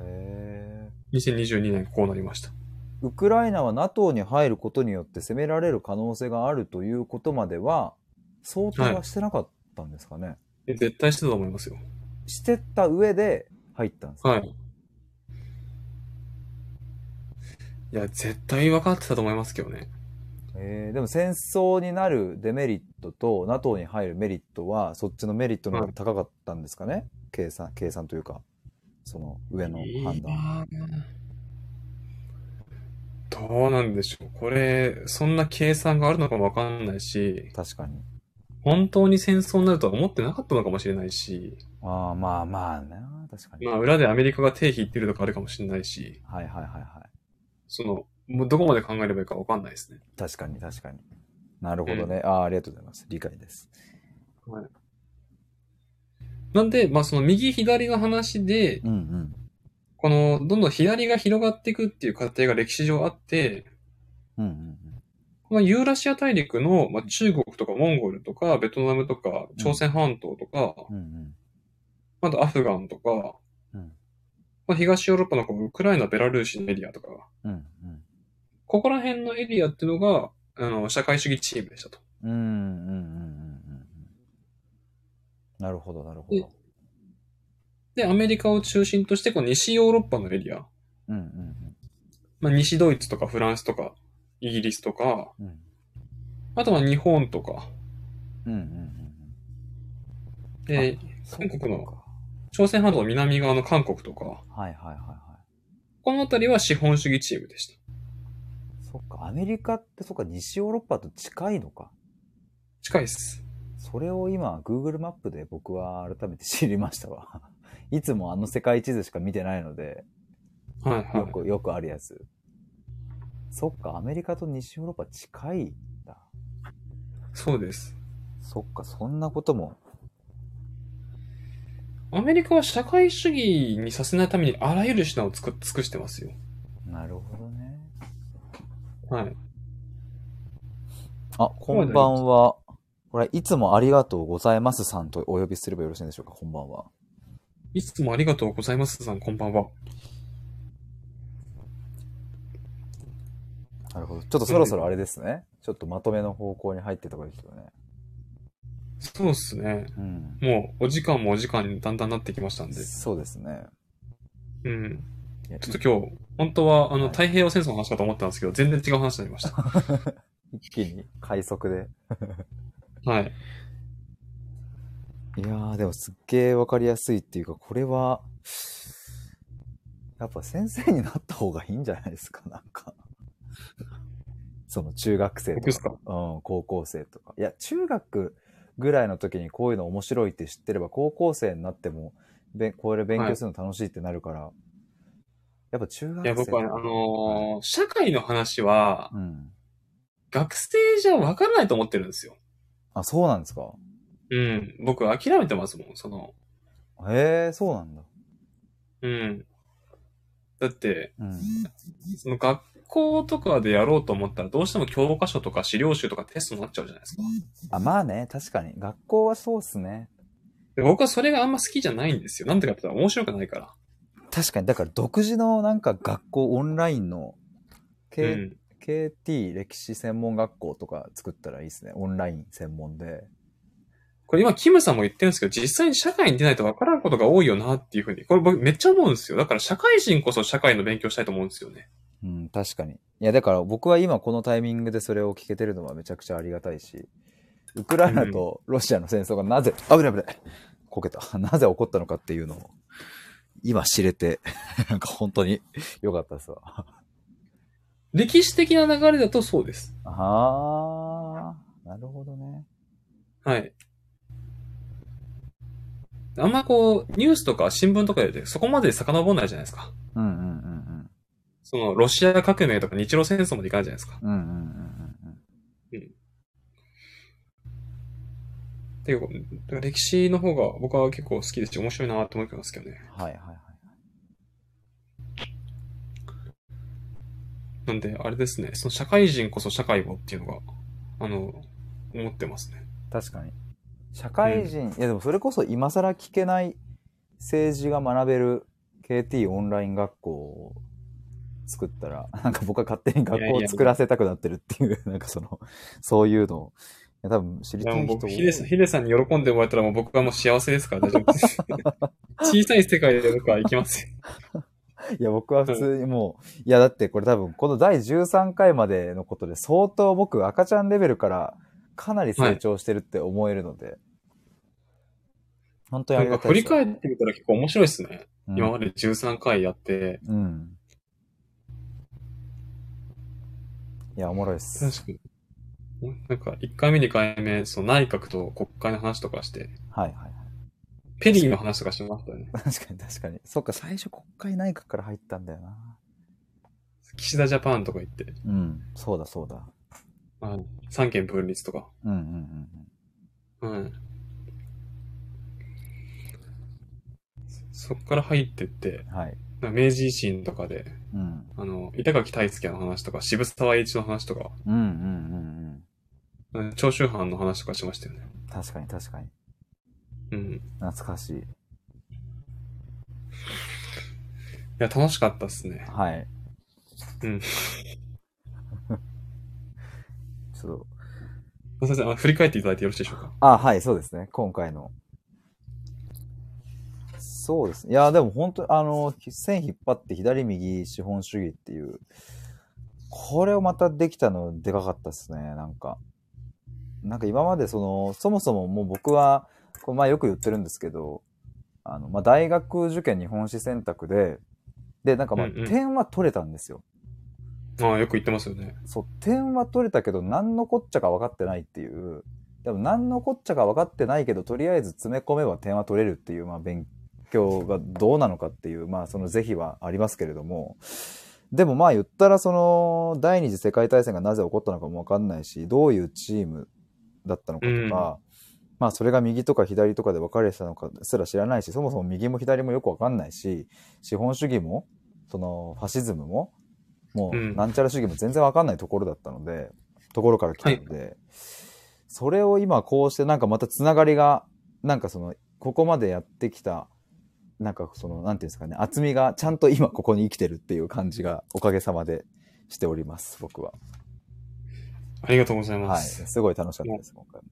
[SPEAKER 1] え。
[SPEAKER 2] 2022年こうなりました。
[SPEAKER 1] ウクライナは NATO に入ることによって攻められる可能性があるということまでは、想定はしてなかったんですかね。
[SPEAKER 2] え絶対してたと思いますよ。
[SPEAKER 1] してた上で入ったんですか
[SPEAKER 2] はい。いや、絶対分かってたと思いますけどね。
[SPEAKER 1] えーでも戦争になるデメリットと NATO に入るメリットはそっちのメリットの方が高かったんですかね、計算計算というかその上の判断
[SPEAKER 2] いやーどうなんでしょう。これ、そんな計算があるのかも分かんないし、
[SPEAKER 1] 確かに
[SPEAKER 2] 本当に戦争になるとは思ってなかったのかもしれないし、
[SPEAKER 1] ああまあまあな確かに、
[SPEAKER 2] まあ裏でアメリカが手引いてるとかあるかもしれないし、
[SPEAKER 1] はいはいはいはい
[SPEAKER 2] その、もうどこまで考えればいいか分かんないですね。
[SPEAKER 1] 確かに確かになるほどね、ああありがとうございます理解です
[SPEAKER 2] なんで、まあその右左の話で、
[SPEAKER 1] うんうん
[SPEAKER 2] この、どんどん左が広がっていくっていう過程が歴史上あって、
[SPEAKER 1] うんうん
[SPEAKER 2] まあ、ユーラシア大陸の、まあ、中国とかモンゴルとかベトナムとか朝鮮半島とか、
[SPEAKER 1] うんうん
[SPEAKER 2] あとアフガンとか、
[SPEAKER 1] うん
[SPEAKER 2] まあ、東ヨーロッパのこのウクライナ、ベラルーシのエリアとか、
[SPEAKER 1] うんうん
[SPEAKER 2] ここら辺のエリアっていうのが、あの、社会主義チームでしたと。
[SPEAKER 1] うんうんうんうんうんうんなるほどなるほど
[SPEAKER 2] で、アメリカを中心として、この西ヨーロッパのエリア、
[SPEAKER 1] うんうん
[SPEAKER 2] まあ、西ドイツとかフランスとか、イギリスとか、
[SPEAKER 1] うんうん
[SPEAKER 2] あとは日本とか、
[SPEAKER 1] うんうんうん
[SPEAKER 2] で、
[SPEAKER 1] そ
[SPEAKER 2] 韓国の
[SPEAKER 1] うか
[SPEAKER 2] 朝鮮半島の南側の韓国とか、
[SPEAKER 1] はいはいはいはい
[SPEAKER 2] この辺りは資本主義チームでした。
[SPEAKER 1] そっか、アメリカってそっか、西ヨーロッパと近いのか。
[SPEAKER 2] 近いです。
[SPEAKER 1] それを今、Google マップで僕は改めて知りましたわ。いつもあの世界地図しか見てないので、
[SPEAKER 2] はいはい。
[SPEAKER 1] よく、よくあるやつ。そっか、アメリカと西ヨーロッパ近いんだ。
[SPEAKER 2] そうです。
[SPEAKER 1] そっか、そんなことも。
[SPEAKER 2] アメリカは社会主義にさせないためにあらゆる手段をつく尽くしてますよ。
[SPEAKER 1] なるほどね。
[SPEAKER 2] はい。
[SPEAKER 1] あ、こんばんは。これ、いつもありがとうございますさんとお呼びすればよろしいんでしょうか、こんばんは。
[SPEAKER 2] いつもありがとうございますさん、こんばんは。
[SPEAKER 1] なるほど。ちょっとそろそろあれですね。ちょっとまとめの方向に入ってた方がいいですよね。
[SPEAKER 2] そうですね。
[SPEAKER 1] うん。
[SPEAKER 2] もう、お時間もお時間にだんだんなってきましたんで。
[SPEAKER 1] そうですね。
[SPEAKER 2] うん。
[SPEAKER 1] いや
[SPEAKER 2] ちょっと今日、本当は、あの、
[SPEAKER 1] はい
[SPEAKER 2] 太平洋戦争の話かと思ったんですけど、全然違う話になり
[SPEAKER 1] <laughs>
[SPEAKER 2] ました。
[SPEAKER 1] 一気に快速で。
[SPEAKER 2] はい。
[SPEAKER 1] いやー、でもすっげーわかりやすいっていうか、これは、やっぱ先生になった方がいいんじゃないですか、なんか。その中学生
[SPEAKER 2] 僕で
[SPEAKER 1] と
[SPEAKER 2] す
[SPEAKER 1] か、
[SPEAKER 2] か
[SPEAKER 1] うん、高校生とか。いや、中学、ぐらいの時にこういうの面白いって知ってれば、高校生になっても、べこれ勉強するの楽しいってなるから、やっぱ中学生
[SPEAKER 2] いや、僕はね、あのー社会の話は、
[SPEAKER 1] うん。
[SPEAKER 2] 学生じゃわからないと思ってるんですよ。
[SPEAKER 1] あ、そうなんですか。
[SPEAKER 2] うん。僕、諦めてますもん、その、
[SPEAKER 1] へえ、そうなんだ。
[SPEAKER 2] うん。だって、
[SPEAKER 1] うん。
[SPEAKER 2] その学校とかでやろうと思ったら、どうしても教科書とか資料集とかテストになっちゃうじゃないですか。
[SPEAKER 1] あ、まあね、確かに。学校はそうっすね。
[SPEAKER 2] で僕はそれがあんま好きじゃないんですよ。なんでかって言ったら面白くないから。
[SPEAKER 1] 確かに、だから独自のなんか学校オンラインの、
[SPEAKER 2] う
[SPEAKER 1] K
[SPEAKER 2] ん。
[SPEAKER 1] KT 歴史専門学校とか作ったらいいですね。オンライン専門で。
[SPEAKER 2] これ今、キムさんも言ってるんですけど、実際に社会に出ないと分からんことが多いよなっていうふうに、これ僕めっちゃ思うんですよ。だから社会人こそ社会の勉強したいと思うんですよね。
[SPEAKER 1] うん、確かに。いや、だから僕は今このタイミングでそれを聞けてるのはめちゃくちゃありがたいし、ウクライナとロシアの戦争がなぜ、危ない危ない、こけた。 <laughs> なぜ起こったのかっていうのを、今知れて、 <laughs> なんか本当に良かったですわ。
[SPEAKER 2] 歴史的な流れだとそうです。
[SPEAKER 1] あー、なるほどね。
[SPEAKER 2] はい。あんまこう、ニュースとか新聞とかでそこまで遡んないじゃないですか。
[SPEAKER 1] うんうんうん
[SPEAKER 2] その、ロシア革命とか日露戦争までいかないじゃないですか。
[SPEAKER 1] うん。うんうんうんうんうん。
[SPEAKER 2] っていう、だから歴史の方が僕は結構好きですし、面白いなって思ってますけどね。
[SPEAKER 1] はいはいはい。
[SPEAKER 2] なんで、あれですね、その社会人こそ社会をっていうのが、あの、思ってますね。
[SPEAKER 1] 確かに。社会人、いやでもそれこそ今更聞けない政治が学べる KT オンライン学校を作ったら、 <laughs> なんか僕は勝手に学
[SPEAKER 2] いやい
[SPEAKER 1] 校
[SPEAKER 2] やい
[SPEAKER 1] を
[SPEAKER 2] や
[SPEAKER 1] 作らせたくなってるっていう、なんかその、そういうのを、いや多分知り
[SPEAKER 2] い
[SPEAKER 1] た
[SPEAKER 2] や、も
[SPEAKER 1] いう人多
[SPEAKER 2] 僕、
[SPEAKER 1] い
[SPEAKER 2] ヒデさん、ヒデさんに喜んでもらえたらもう僕はもう幸せですから大丈
[SPEAKER 1] <laughs>
[SPEAKER 2] 夫です。小さい世界で僕は行きますよ。
[SPEAKER 1] いや、僕は普通にもう、いや、だってこれ多分、この第13回までのことで、相当僕、赤ちゃんレベルから、かなり成長してるって思えるので、本当にあ
[SPEAKER 2] な
[SPEAKER 1] り
[SPEAKER 2] ん
[SPEAKER 1] がた
[SPEAKER 2] か
[SPEAKER 1] い
[SPEAKER 2] 振
[SPEAKER 1] で
[SPEAKER 2] り
[SPEAKER 1] すよ
[SPEAKER 2] 返ってみたら結構面白いですね。
[SPEAKER 1] うん
[SPEAKER 2] 今まで13回やって。
[SPEAKER 1] うん。いや、おもろいっす。
[SPEAKER 2] 確かに。なんか、1回目、2回目、その内閣と国会の話とかして、
[SPEAKER 1] はいはい。 <laughs>
[SPEAKER 2] ペリーの話とかしてましたよね。
[SPEAKER 1] 確かに確かに。そっか、最初国会内閣から入ったんだよな。
[SPEAKER 2] 岸田ジャパンとか行って、
[SPEAKER 1] うん。そうだそうだ。
[SPEAKER 2] はい、三権分立とか。
[SPEAKER 1] うんうんうん
[SPEAKER 2] はい。そそっから入ってって、
[SPEAKER 1] うん。はい。
[SPEAKER 2] なんか明治維新とかで、
[SPEAKER 1] うん。
[SPEAKER 2] あの、板垣大輔の話とか、渋沢栄一の話とか、
[SPEAKER 1] うんうんうんうん。
[SPEAKER 2] うん長州藩の話とかしましたよね。
[SPEAKER 1] 確かに確かに。
[SPEAKER 2] うん。い
[SPEAKER 1] 懐かしい。
[SPEAKER 2] や、楽しかったっすね。
[SPEAKER 1] はい。 <laughs>
[SPEAKER 2] うん。
[SPEAKER 1] ちょっと、
[SPEAKER 2] 先生、あ振り返っていただいてよろしいでしょうか。
[SPEAKER 1] あ、はい、そうですね。今回の。そうですね。いや、でも本当にあの、線引っ張って左右資本主義っていう、これをまたできたのでかかったですね。なんか。なんか今までその、そもそももう僕は、こうまあよく言ってるんですけど、あの、まあ大学受験日本史選択で、で、なんかまあ
[SPEAKER 2] うんうん
[SPEAKER 1] 点は取れたんですよ。
[SPEAKER 2] ああ、よく言ってますよね。
[SPEAKER 1] そう、点は取れたけど、何のこっちゃか分かってないっていう。でも、何のこっちゃか分かってないけど、とりあえず詰め込めば点は取れるっていう、まあ、勉強がどうなのかっていう、まあ、その是非はありますけれども。でも、まあ、言ったら、その、第二次世界大戦がなぜ起こったのかも分かんないし、どういうチームだったのかとか、まあ、それが右とか左とかで分かれてたのかすら知らないし、そもそも右も左もよく分かんないし、資本主義も、その、ファシズムも、もう、
[SPEAKER 2] うん
[SPEAKER 1] なんちゃら主義も全然わかんないところだったので、ところから来たので、それを今こうしてなんかまたつながりが、なんかその、ここまでやってきた、なんかその、なんていうんですかね、厚みがちゃんと今ここに生きてるっていう感じがおかげさまでしております、僕は。
[SPEAKER 2] ありがとうございま
[SPEAKER 1] はい。
[SPEAKER 2] す。
[SPEAKER 1] すごい楽しかったです、今回も。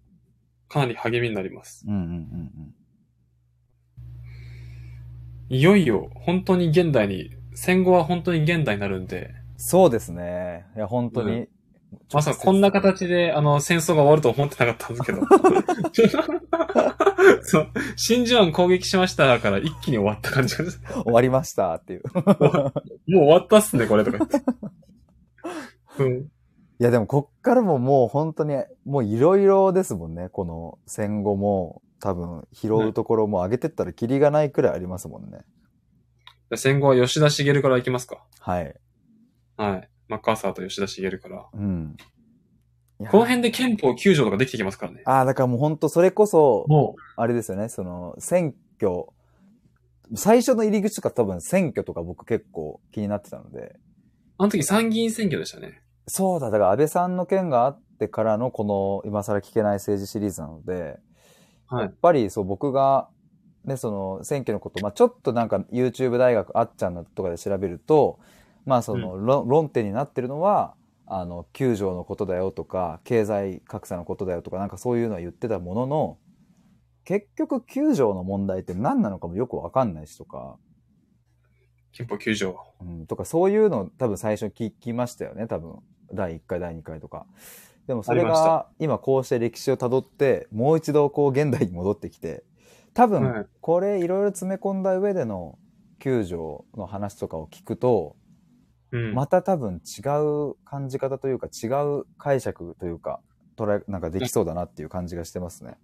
[SPEAKER 2] かなり励みになります。
[SPEAKER 1] うんうんうん
[SPEAKER 2] いよいよ、本当に現代に、戦後は本当に現代になるんで、
[SPEAKER 1] うん。そうですね。いや、本当に。
[SPEAKER 2] まさかこんな形で、あの、戦争が終わると思ってなかったんですけど。そう。真珠湾攻撃しましたから一気に終わった感じがする
[SPEAKER 1] 終わりましたっていう。
[SPEAKER 2] もう終わったっすね、これとか言って。うん。
[SPEAKER 1] いいや、でもこっからももう本当に、もういろいろですもんね。この戦後も多分拾うところも上げてったらキリがないくらいありますもんね。
[SPEAKER 2] で戦後は吉田茂から行きますか。
[SPEAKER 1] はい。
[SPEAKER 2] はい。マッカーサーと吉田茂から。
[SPEAKER 1] うん。いや
[SPEAKER 2] この辺で憲法9条とかできてきますからね。
[SPEAKER 1] ああ、だからもう本当それこそ、
[SPEAKER 2] も
[SPEAKER 1] あれですよね、その、選挙、最初の入り口とか多分選挙とか僕結構気になってたので、
[SPEAKER 2] う、あの時参議院選挙でしたね。
[SPEAKER 1] そうだ、だから安倍さんの件があってからのこの今更聞けない政治シリーズなので、
[SPEAKER 2] はい
[SPEAKER 1] やっぱりそう僕が、ね、その選挙のこと、まあちょっとなんか YouTube 大学あっちゃんのとかで調べると、まあその論,、論点になってるのは、あの、9条のことだよとか、経済格差のことだよとか、なんかそういうのは言ってたものの、結局9条の問題って何なのかもよくわかんないしとか、
[SPEAKER 2] 憲法9条。
[SPEAKER 1] うん、とかそういうのを多分最初に聞きましたよね多分第1回第2回とかでもそれ
[SPEAKER 2] ありまし
[SPEAKER 1] が今こうして歴史をたどってもう一度こう現代に戻ってきて多
[SPEAKER 2] は
[SPEAKER 1] 分
[SPEAKER 2] い
[SPEAKER 1] これいろいろ詰め込んだ上での9条の話とかを聞くと
[SPEAKER 2] うん。
[SPEAKER 1] また多分違う感じ方というか違う解釈というか捉えなんかできそうだなっていう感じがしてますね。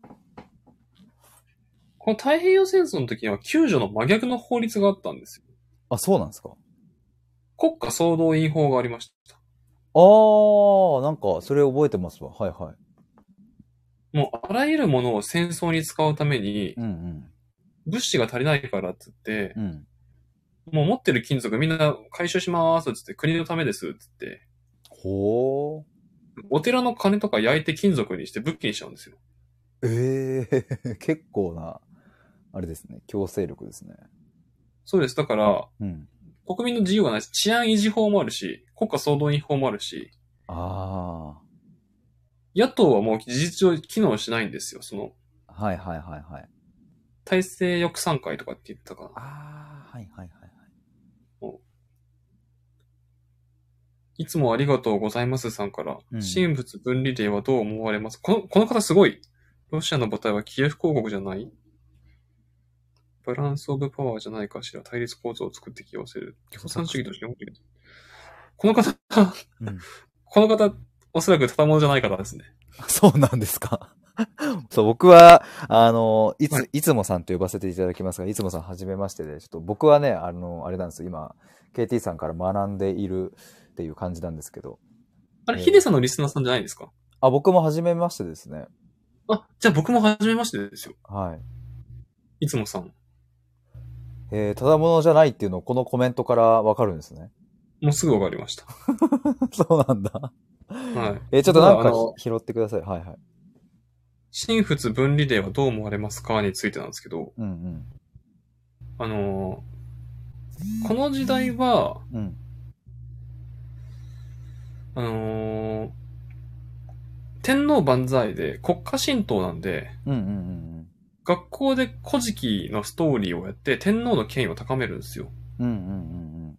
[SPEAKER 2] この太平洋戦争の時には9条の真逆の法律があったんですよ。
[SPEAKER 1] あそうなんですか
[SPEAKER 2] 国家総動員法がありました。
[SPEAKER 1] あーなんかそれ覚えてますわはいはい。
[SPEAKER 2] もうあらゆるものを戦争に使うために
[SPEAKER 1] う、ん
[SPEAKER 2] 物資が足りないからって言って
[SPEAKER 1] うん。う、ん。
[SPEAKER 2] もう持ってる金属みんな回収しますって言って、国のためですって言って、
[SPEAKER 1] ほー。
[SPEAKER 2] お寺の鐘とか焼いて金属にして武器にしちゃうんですよ。
[SPEAKER 1] ええ <laughs> 結構な、あれですね、強制力ですね。
[SPEAKER 2] そうです。だから、
[SPEAKER 1] うん。
[SPEAKER 2] 国民の自由がないし、治安維持法もあるし、国家総動員法もあるし、
[SPEAKER 1] あ
[SPEAKER 2] 野党はもう事実上機能しないんですよ。その、
[SPEAKER 1] あ、はいはいはいはい。
[SPEAKER 2] 体制抑散会とかって言ってたかな。
[SPEAKER 1] ああ、はいはいはいはい。
[SPEAKER 2] いつもありがとうございますさんから、
[SPEAKER 1] うん
[SPEAKER 2] 神仏分離令はどう思われますこの、この方すごい。ロシアの母体はキエフ公国じゃないバランスオブパワーじゃないかしら。対立構造を作って起用せる。共産主義として本気でこの方、 <laughs>
[SPEAKER 1] うん <laughs>
[SPEAKER 2] この方、おそらくただものじゃない方ですね。
[SPEAKER 1] そうなんですか。 <laughs> そう、僕は、あの、いつ、、
[SPEAKER 2] はい
[SPEAKER 1] つもさんと呼ばせていただきますが、いつもさんはじめましてで、ちょっと僕はね、あの、あれなんですよ、今、KT さんから学んでいるっていう感じなんですけど、
[SPEAKER 2] あれ、
[SPEAKER 1] えー
[SPEAKER 2] ヒデさんのリスナーさんじゃないですか
[SPEAKER 1] あ、僕もはじめましてですね。
[SPEAKER 2] あ、じゃあ僕も初めましてですよ。
[SPEAKER 1] はい。
[SPEAKER 2] いつもさん。
[SPEAKER 1] えー、ただものじゃないっていうのをこのコメントからわかるんですね。 <laughs>
[SPEAKER 2] もうすぐわかりました。
[SPEAKER 1] そうなんだ。
[SPEAKER 2] はい。
[SPEAKER 1] えー、ちょっとなん
[SPEAKER 2] まああ
[SPEAKER 1] か
[SPEAKER 2] の
[SPEAKER 1] 拾ってください。はいはい。
[SPEAKER 2] 神仏分離令はどう思われますかについてなんですけど、
[SPEAKER 1] うん
[SPEAKER 2] あのーこの時代は、
[SPEAKER 1] うん。うん。
[SPEAKER 2] あのー天皇万歳で国家神道なんで、
[SPEAKER 1] うんうんうん
[SPEAKER 2] 学校で古事記のストーリーをやって天皇の権威を高めるんですよ。
[SPEAKER 1] うん。うんうんうんうん。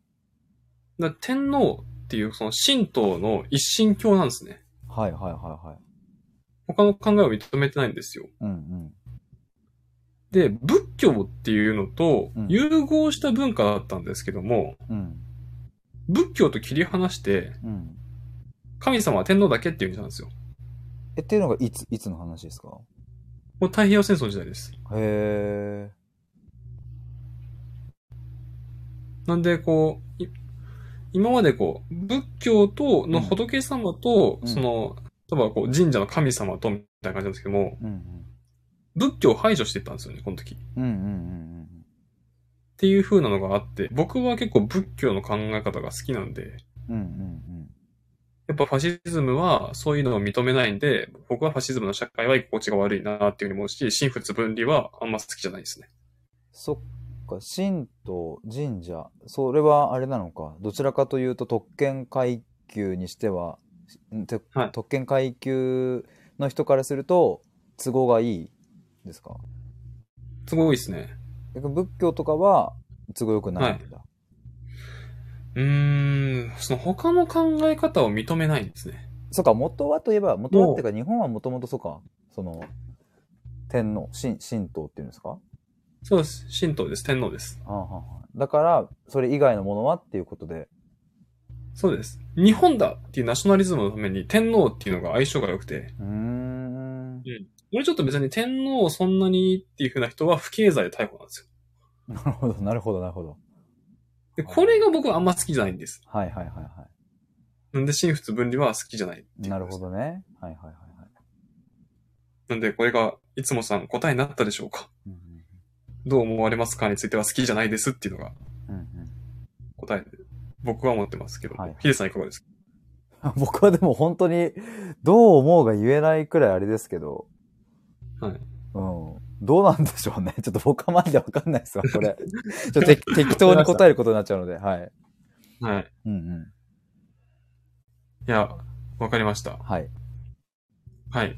[SPEAKER 2] だから天皇っていうその神道の一神教なんですね。
[SPEAKER 1] はいはいはいはい。
[SPEAKER 2] 他の考えを認めてないんですよ。
[SPEAKER 1] うんうん。
[SPEAKER 2] で、仏教っていうのと
[SPEAKER 1] うん
[SPEAKER 2] 融合した文化だったんですけども、
[SPEAKER 1] うん
[SPEAKER 2] 仏教と切り離して、
[SPEAKER 1] うん。
[SPEAKER 2] 神様は天皇だけっていうんなんですよ。
[SPEAKER 1] え、っていうのがいつ、いつの話ですか
[SPEAKER 2] もう太平洋戦争時代です。
[SPEAKER 1] へえ。
[SPEAKER 2] なんで、こう、い今までこう、仏教と、の仏様と、
[SPEAKER 1] うん
[SPEAKER 2] その、例えばこう、神社の神様と、みたいな感じなんですけども、
[SPEAKER 1] うんうん。
[SPEAKER 2] 仏教を排除していったんですよね、この時。っ
[SPEAKER 1] うんうんうん
[SPEAKER 2] ていう風なのがあって、僕は結構仏教の考え方が好きなんで、
[SPEAKER 1] うん。うんうん
[SPEAKER 2] やっぱファシズムはそういうのを認めないんで、僕はファシズムの社会は居心地が悪いなっていうふうに思うし、神仏分離はあんま好きじゃないですね。
[SPEAKER 1] そっか、神道、神社、それはあれなのか。どちらかというと特権階級にしては、んて
[SPEAKER 2] はい
[SPEAKER 1] 特権階級の人からすると都合がいいですか
[SPEAKER 2] すごいですね。
[SPEAKER 1] 逆に仏教とかは都合よくないんだ。
[SPEAKER 2] うーん、その他の考え方を認めないんですね。
[SPEAKER 1] そうか、元はといえば、元はっていうか、日本はもともとそうか、その、天皇、神、神道っていうんですか
[SPEAKER 2] そうです。神道です。天皇です。
[SPEAKER 1] はあはあはあだから、それ以外のものはっていうことで、
[SPEAKER 2] そうです。日本だっていうナショナリズムのために天皇っていうのが相性が良くて、
[SPEAKER 1] うーん。
[SPEAKER 2] 俺ちょっと別に天皇をそんなにっていう風な人は不敬罪で逮捕なんですよ。
[SPEAKER 1] なるほど、なるほど、なるほど。
[SPEAKER 2] で、これが僕はあんま好きじゃないんです。
[SPEAKER 1] はいはいはいは
[SPEAKER 2] なんで神仏分離は好きじゃないって
[SPEAKER 1] い。
[SPEAKER 2] いうことです
[SPEAKER 1] なるほ。どね。はいはいはいはい。
[SPEAKER 2] なんでこれが、いつもさん答えになったでしょうか
[SPEAKER 1] うん
[SPEAKER 2] どう思われますかについては好きじゃないですっていうのが
[SPEAKER 1] うんうん
[SPEAKER 2] 答えで、僕は思ってますけど、
[SPEAKER 1] はい
[SPEAKER 2] ヒデさんいかがです
[SPEAKER 1] う
[SPEAKER 2] か
[SPEAKER 1] ん、 <laughs> 僕はでも本当にどう思うが言えないくらいあれですけど、
[SPEAKER 2] はい。
[SPEAKER 1] うん。どうなんでしょうね。ちょっと僕はマジでわかんないですわ、これ。ち
[SPEAKER 2] <laughs>
[SPEAKER 1] ょっと適適当に答えることになっちゃうので、はい。
[SPEAKER 2] はい。
[SPEAKER 1] うんうん。
[SPEAKER 2] いや、わかりました。
[SPEAKER 1] はい。
[SPEAKER 2] はい。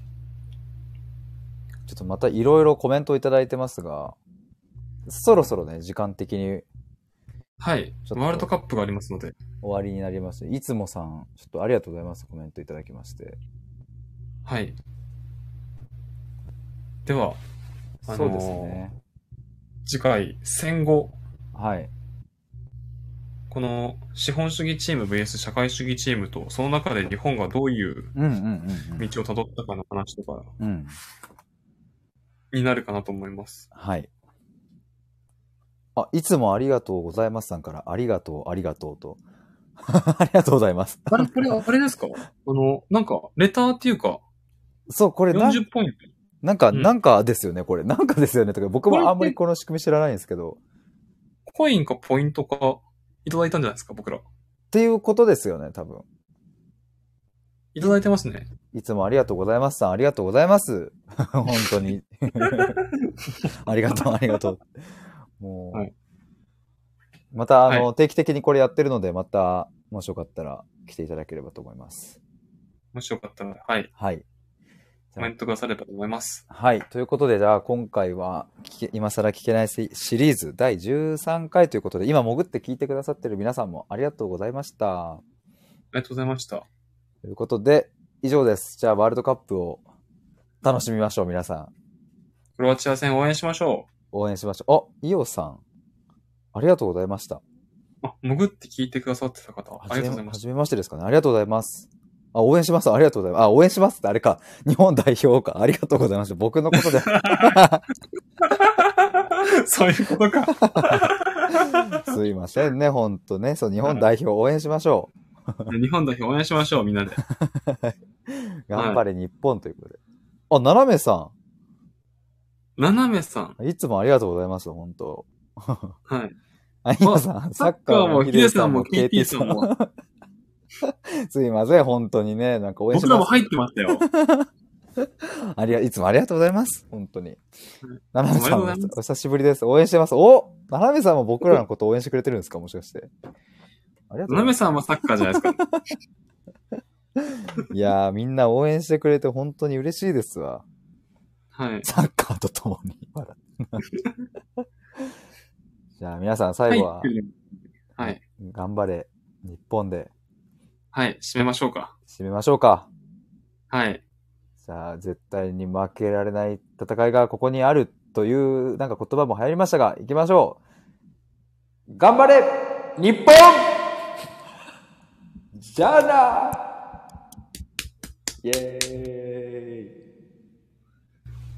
[SPEAKER 1] ちょっとまたいろいろコメントをいただいてますが、そろそろね、時間的に
[SPEAKER 2] はい
[SPEAKER 1] ちょ。っと
[SPEAKER 2] ワールドカップがありますので。
[SPEAKER 1] 終わりになります。いつもさん、ちょっとありがとうございます。コメントいただきまして。
[SPEAKER 2] はい。では、あのー
[SPEAKER 1] そうですね。
[SPEAKER 2] 次回、戦後。
[SPEAKER 1] はい。
[SPEAKER 2] この資本主義チーム VS 社会主義チームと、その中で日本がどういう
[SPEAKER 1] うんうんうんうん。
[SPEAKER 2] 道を辿ったかの話とか
[SPEAKER 1] うん。
[SPEAKER 2] になるかなと思います。
[SPEAKER 1] はい。あ、いつもありがとうございますさんから、ありがとう、ありがとうと。 <laughs> ありがとうございます。
[SPEAKER 2] あれ、これ、あれですかあの、なんか、レターっていうか、
[SPEAKER 1] そう、これな、
[SPEAKER 2] 40ポイント。
[SPEAKER 1] なんか、
[SPEAKER 2] うん
[SPEAKER 1] なんかですよね、これ。なんかですよね。とか、僕
[SPEAKER 2] これっ
[SPEAKER 1] も
[SPEAKER 2] て
[SPEAKER 1] あんまりこの仕組み知らないんですけど。
[SPEAKER 2] コインかポイントか、いただいたんじゃないですか、僕ら。
[SPEAKER 1] っていうことですよね、多分。
[SPEAKER 2] いただいてますね。
[SPEAKER 1] いつもありがとうございますさん、ありがとうございます。 <laughs> 本当に。 <laughs> ありがとう、ありがとう。もう、
[SPEAKER 2] はい
[SPEAKER 1] また、あの、定期的にこれやってるので、また、もしよかったら来ていただければと思います。
[SPEAKER 2] もしよかったら、はい。
[SPEAKER 1] はい。
[SPEAKER 2] コメントくださればと思います。
[SPEAKER 1] はい。ということで、じゃあ、今回は、聞け今更聞けないシリーズ第13回ということで、今潜って聞いてくださってる皆さんもありがとうございました。
[SPEAKER 2] ありがとうございました。
[SPEAKER 1] ということで、以上です。じゃあ、ワールドカップを楽しみましょう、皆さん。
[SPEAKER 2] クロアチア戦応援しましょ
[SPEAKER 1] 応援しましょう。あ、イオさん。ありがとうございました。
[SPEAKER 2] う。あ、潜って聞いてくださってた方、ありがとうございま
[SPEAKER 1] は
[SPEAKER 2] し
[SPEAKER 1] じめましてですかね。ありがとうございます。あ、応援します。ありがとうございます。あ、応援しますってあれか。日本代表か。ありがとうございました。僕のことで。
[SPEAKER 2] <laughs> た。 <laughs> そういうことか。
[SPEAKER 1] すいませんね。ほんとね。そう、日本代表応援しましょ
[SPEAKER 2] 日本代表応援しましょう、みんなで。
[SPEAKER 1] う。頑張れ日本ということで。あ、斜めさ
[SPEAKER 2] 斜めさん。
[SPEAKER 1] ん。いつもありがとうございます。ほんと。
[SPEAKER 2] はい。
[SPEAKER 1] あ、イオさん、
[SPEAKER 2] サッカーも、ヒデさんも、KT さん。
[SPEAKER 1] ヒデ
[SPEAKER 2] も、
[SPEAKER 1] <laughs> すいません。本当にね。なんか応援し
[SPEAKER 2] 僕ら
[SPEAKER 1] ま
[SPEAKER 2] も
[SPEAKER 1] す。
[SPEAKER 2] 入ってました <laughs> よ。
[SPEAKER 1] ありが、いつもありがとうございます。本当に。ななめさん
[SPEAKER 2] おめでとうござい
[SPEAKER 1] も
[SPEAKER 2] ま
[SPEAKER 1] お久しぶりです。応援してます。おななめさんも僕らのこと応援してくれてるんですかもしかして。ありがとうござい
[SPEAKER 2] 斜め
[SPEAKER 1] ます。
[SPEAKER 2] さんはサッカーじゃないですか。
[SPEAKER 1] いやー、みんな応援してくれて本当に嬉しいですわ。
[SPEAKER 2] <laughs> はい。
[SPEAKER 1] サッカーとともに。
[SPEAKER 2] <laughs>
[SPEAKER 1] 笑じゃあ皆さん最後は、
[SPEAKER 2] はい。はい。
[SPEAKER 1] 頑張れ、日本で
[SPEAKER 2] はい。締めましょうか。
[SPEAKER 1] 締めましょうか。
[SPEAKER 2] はい。
[SPEAKER 1] じゃあ絶対に負けられない戦いがここにあるというなんか言葉も流行りましたが、行きましょう。頑張れ日本 <laughs> じゃあなイェーイ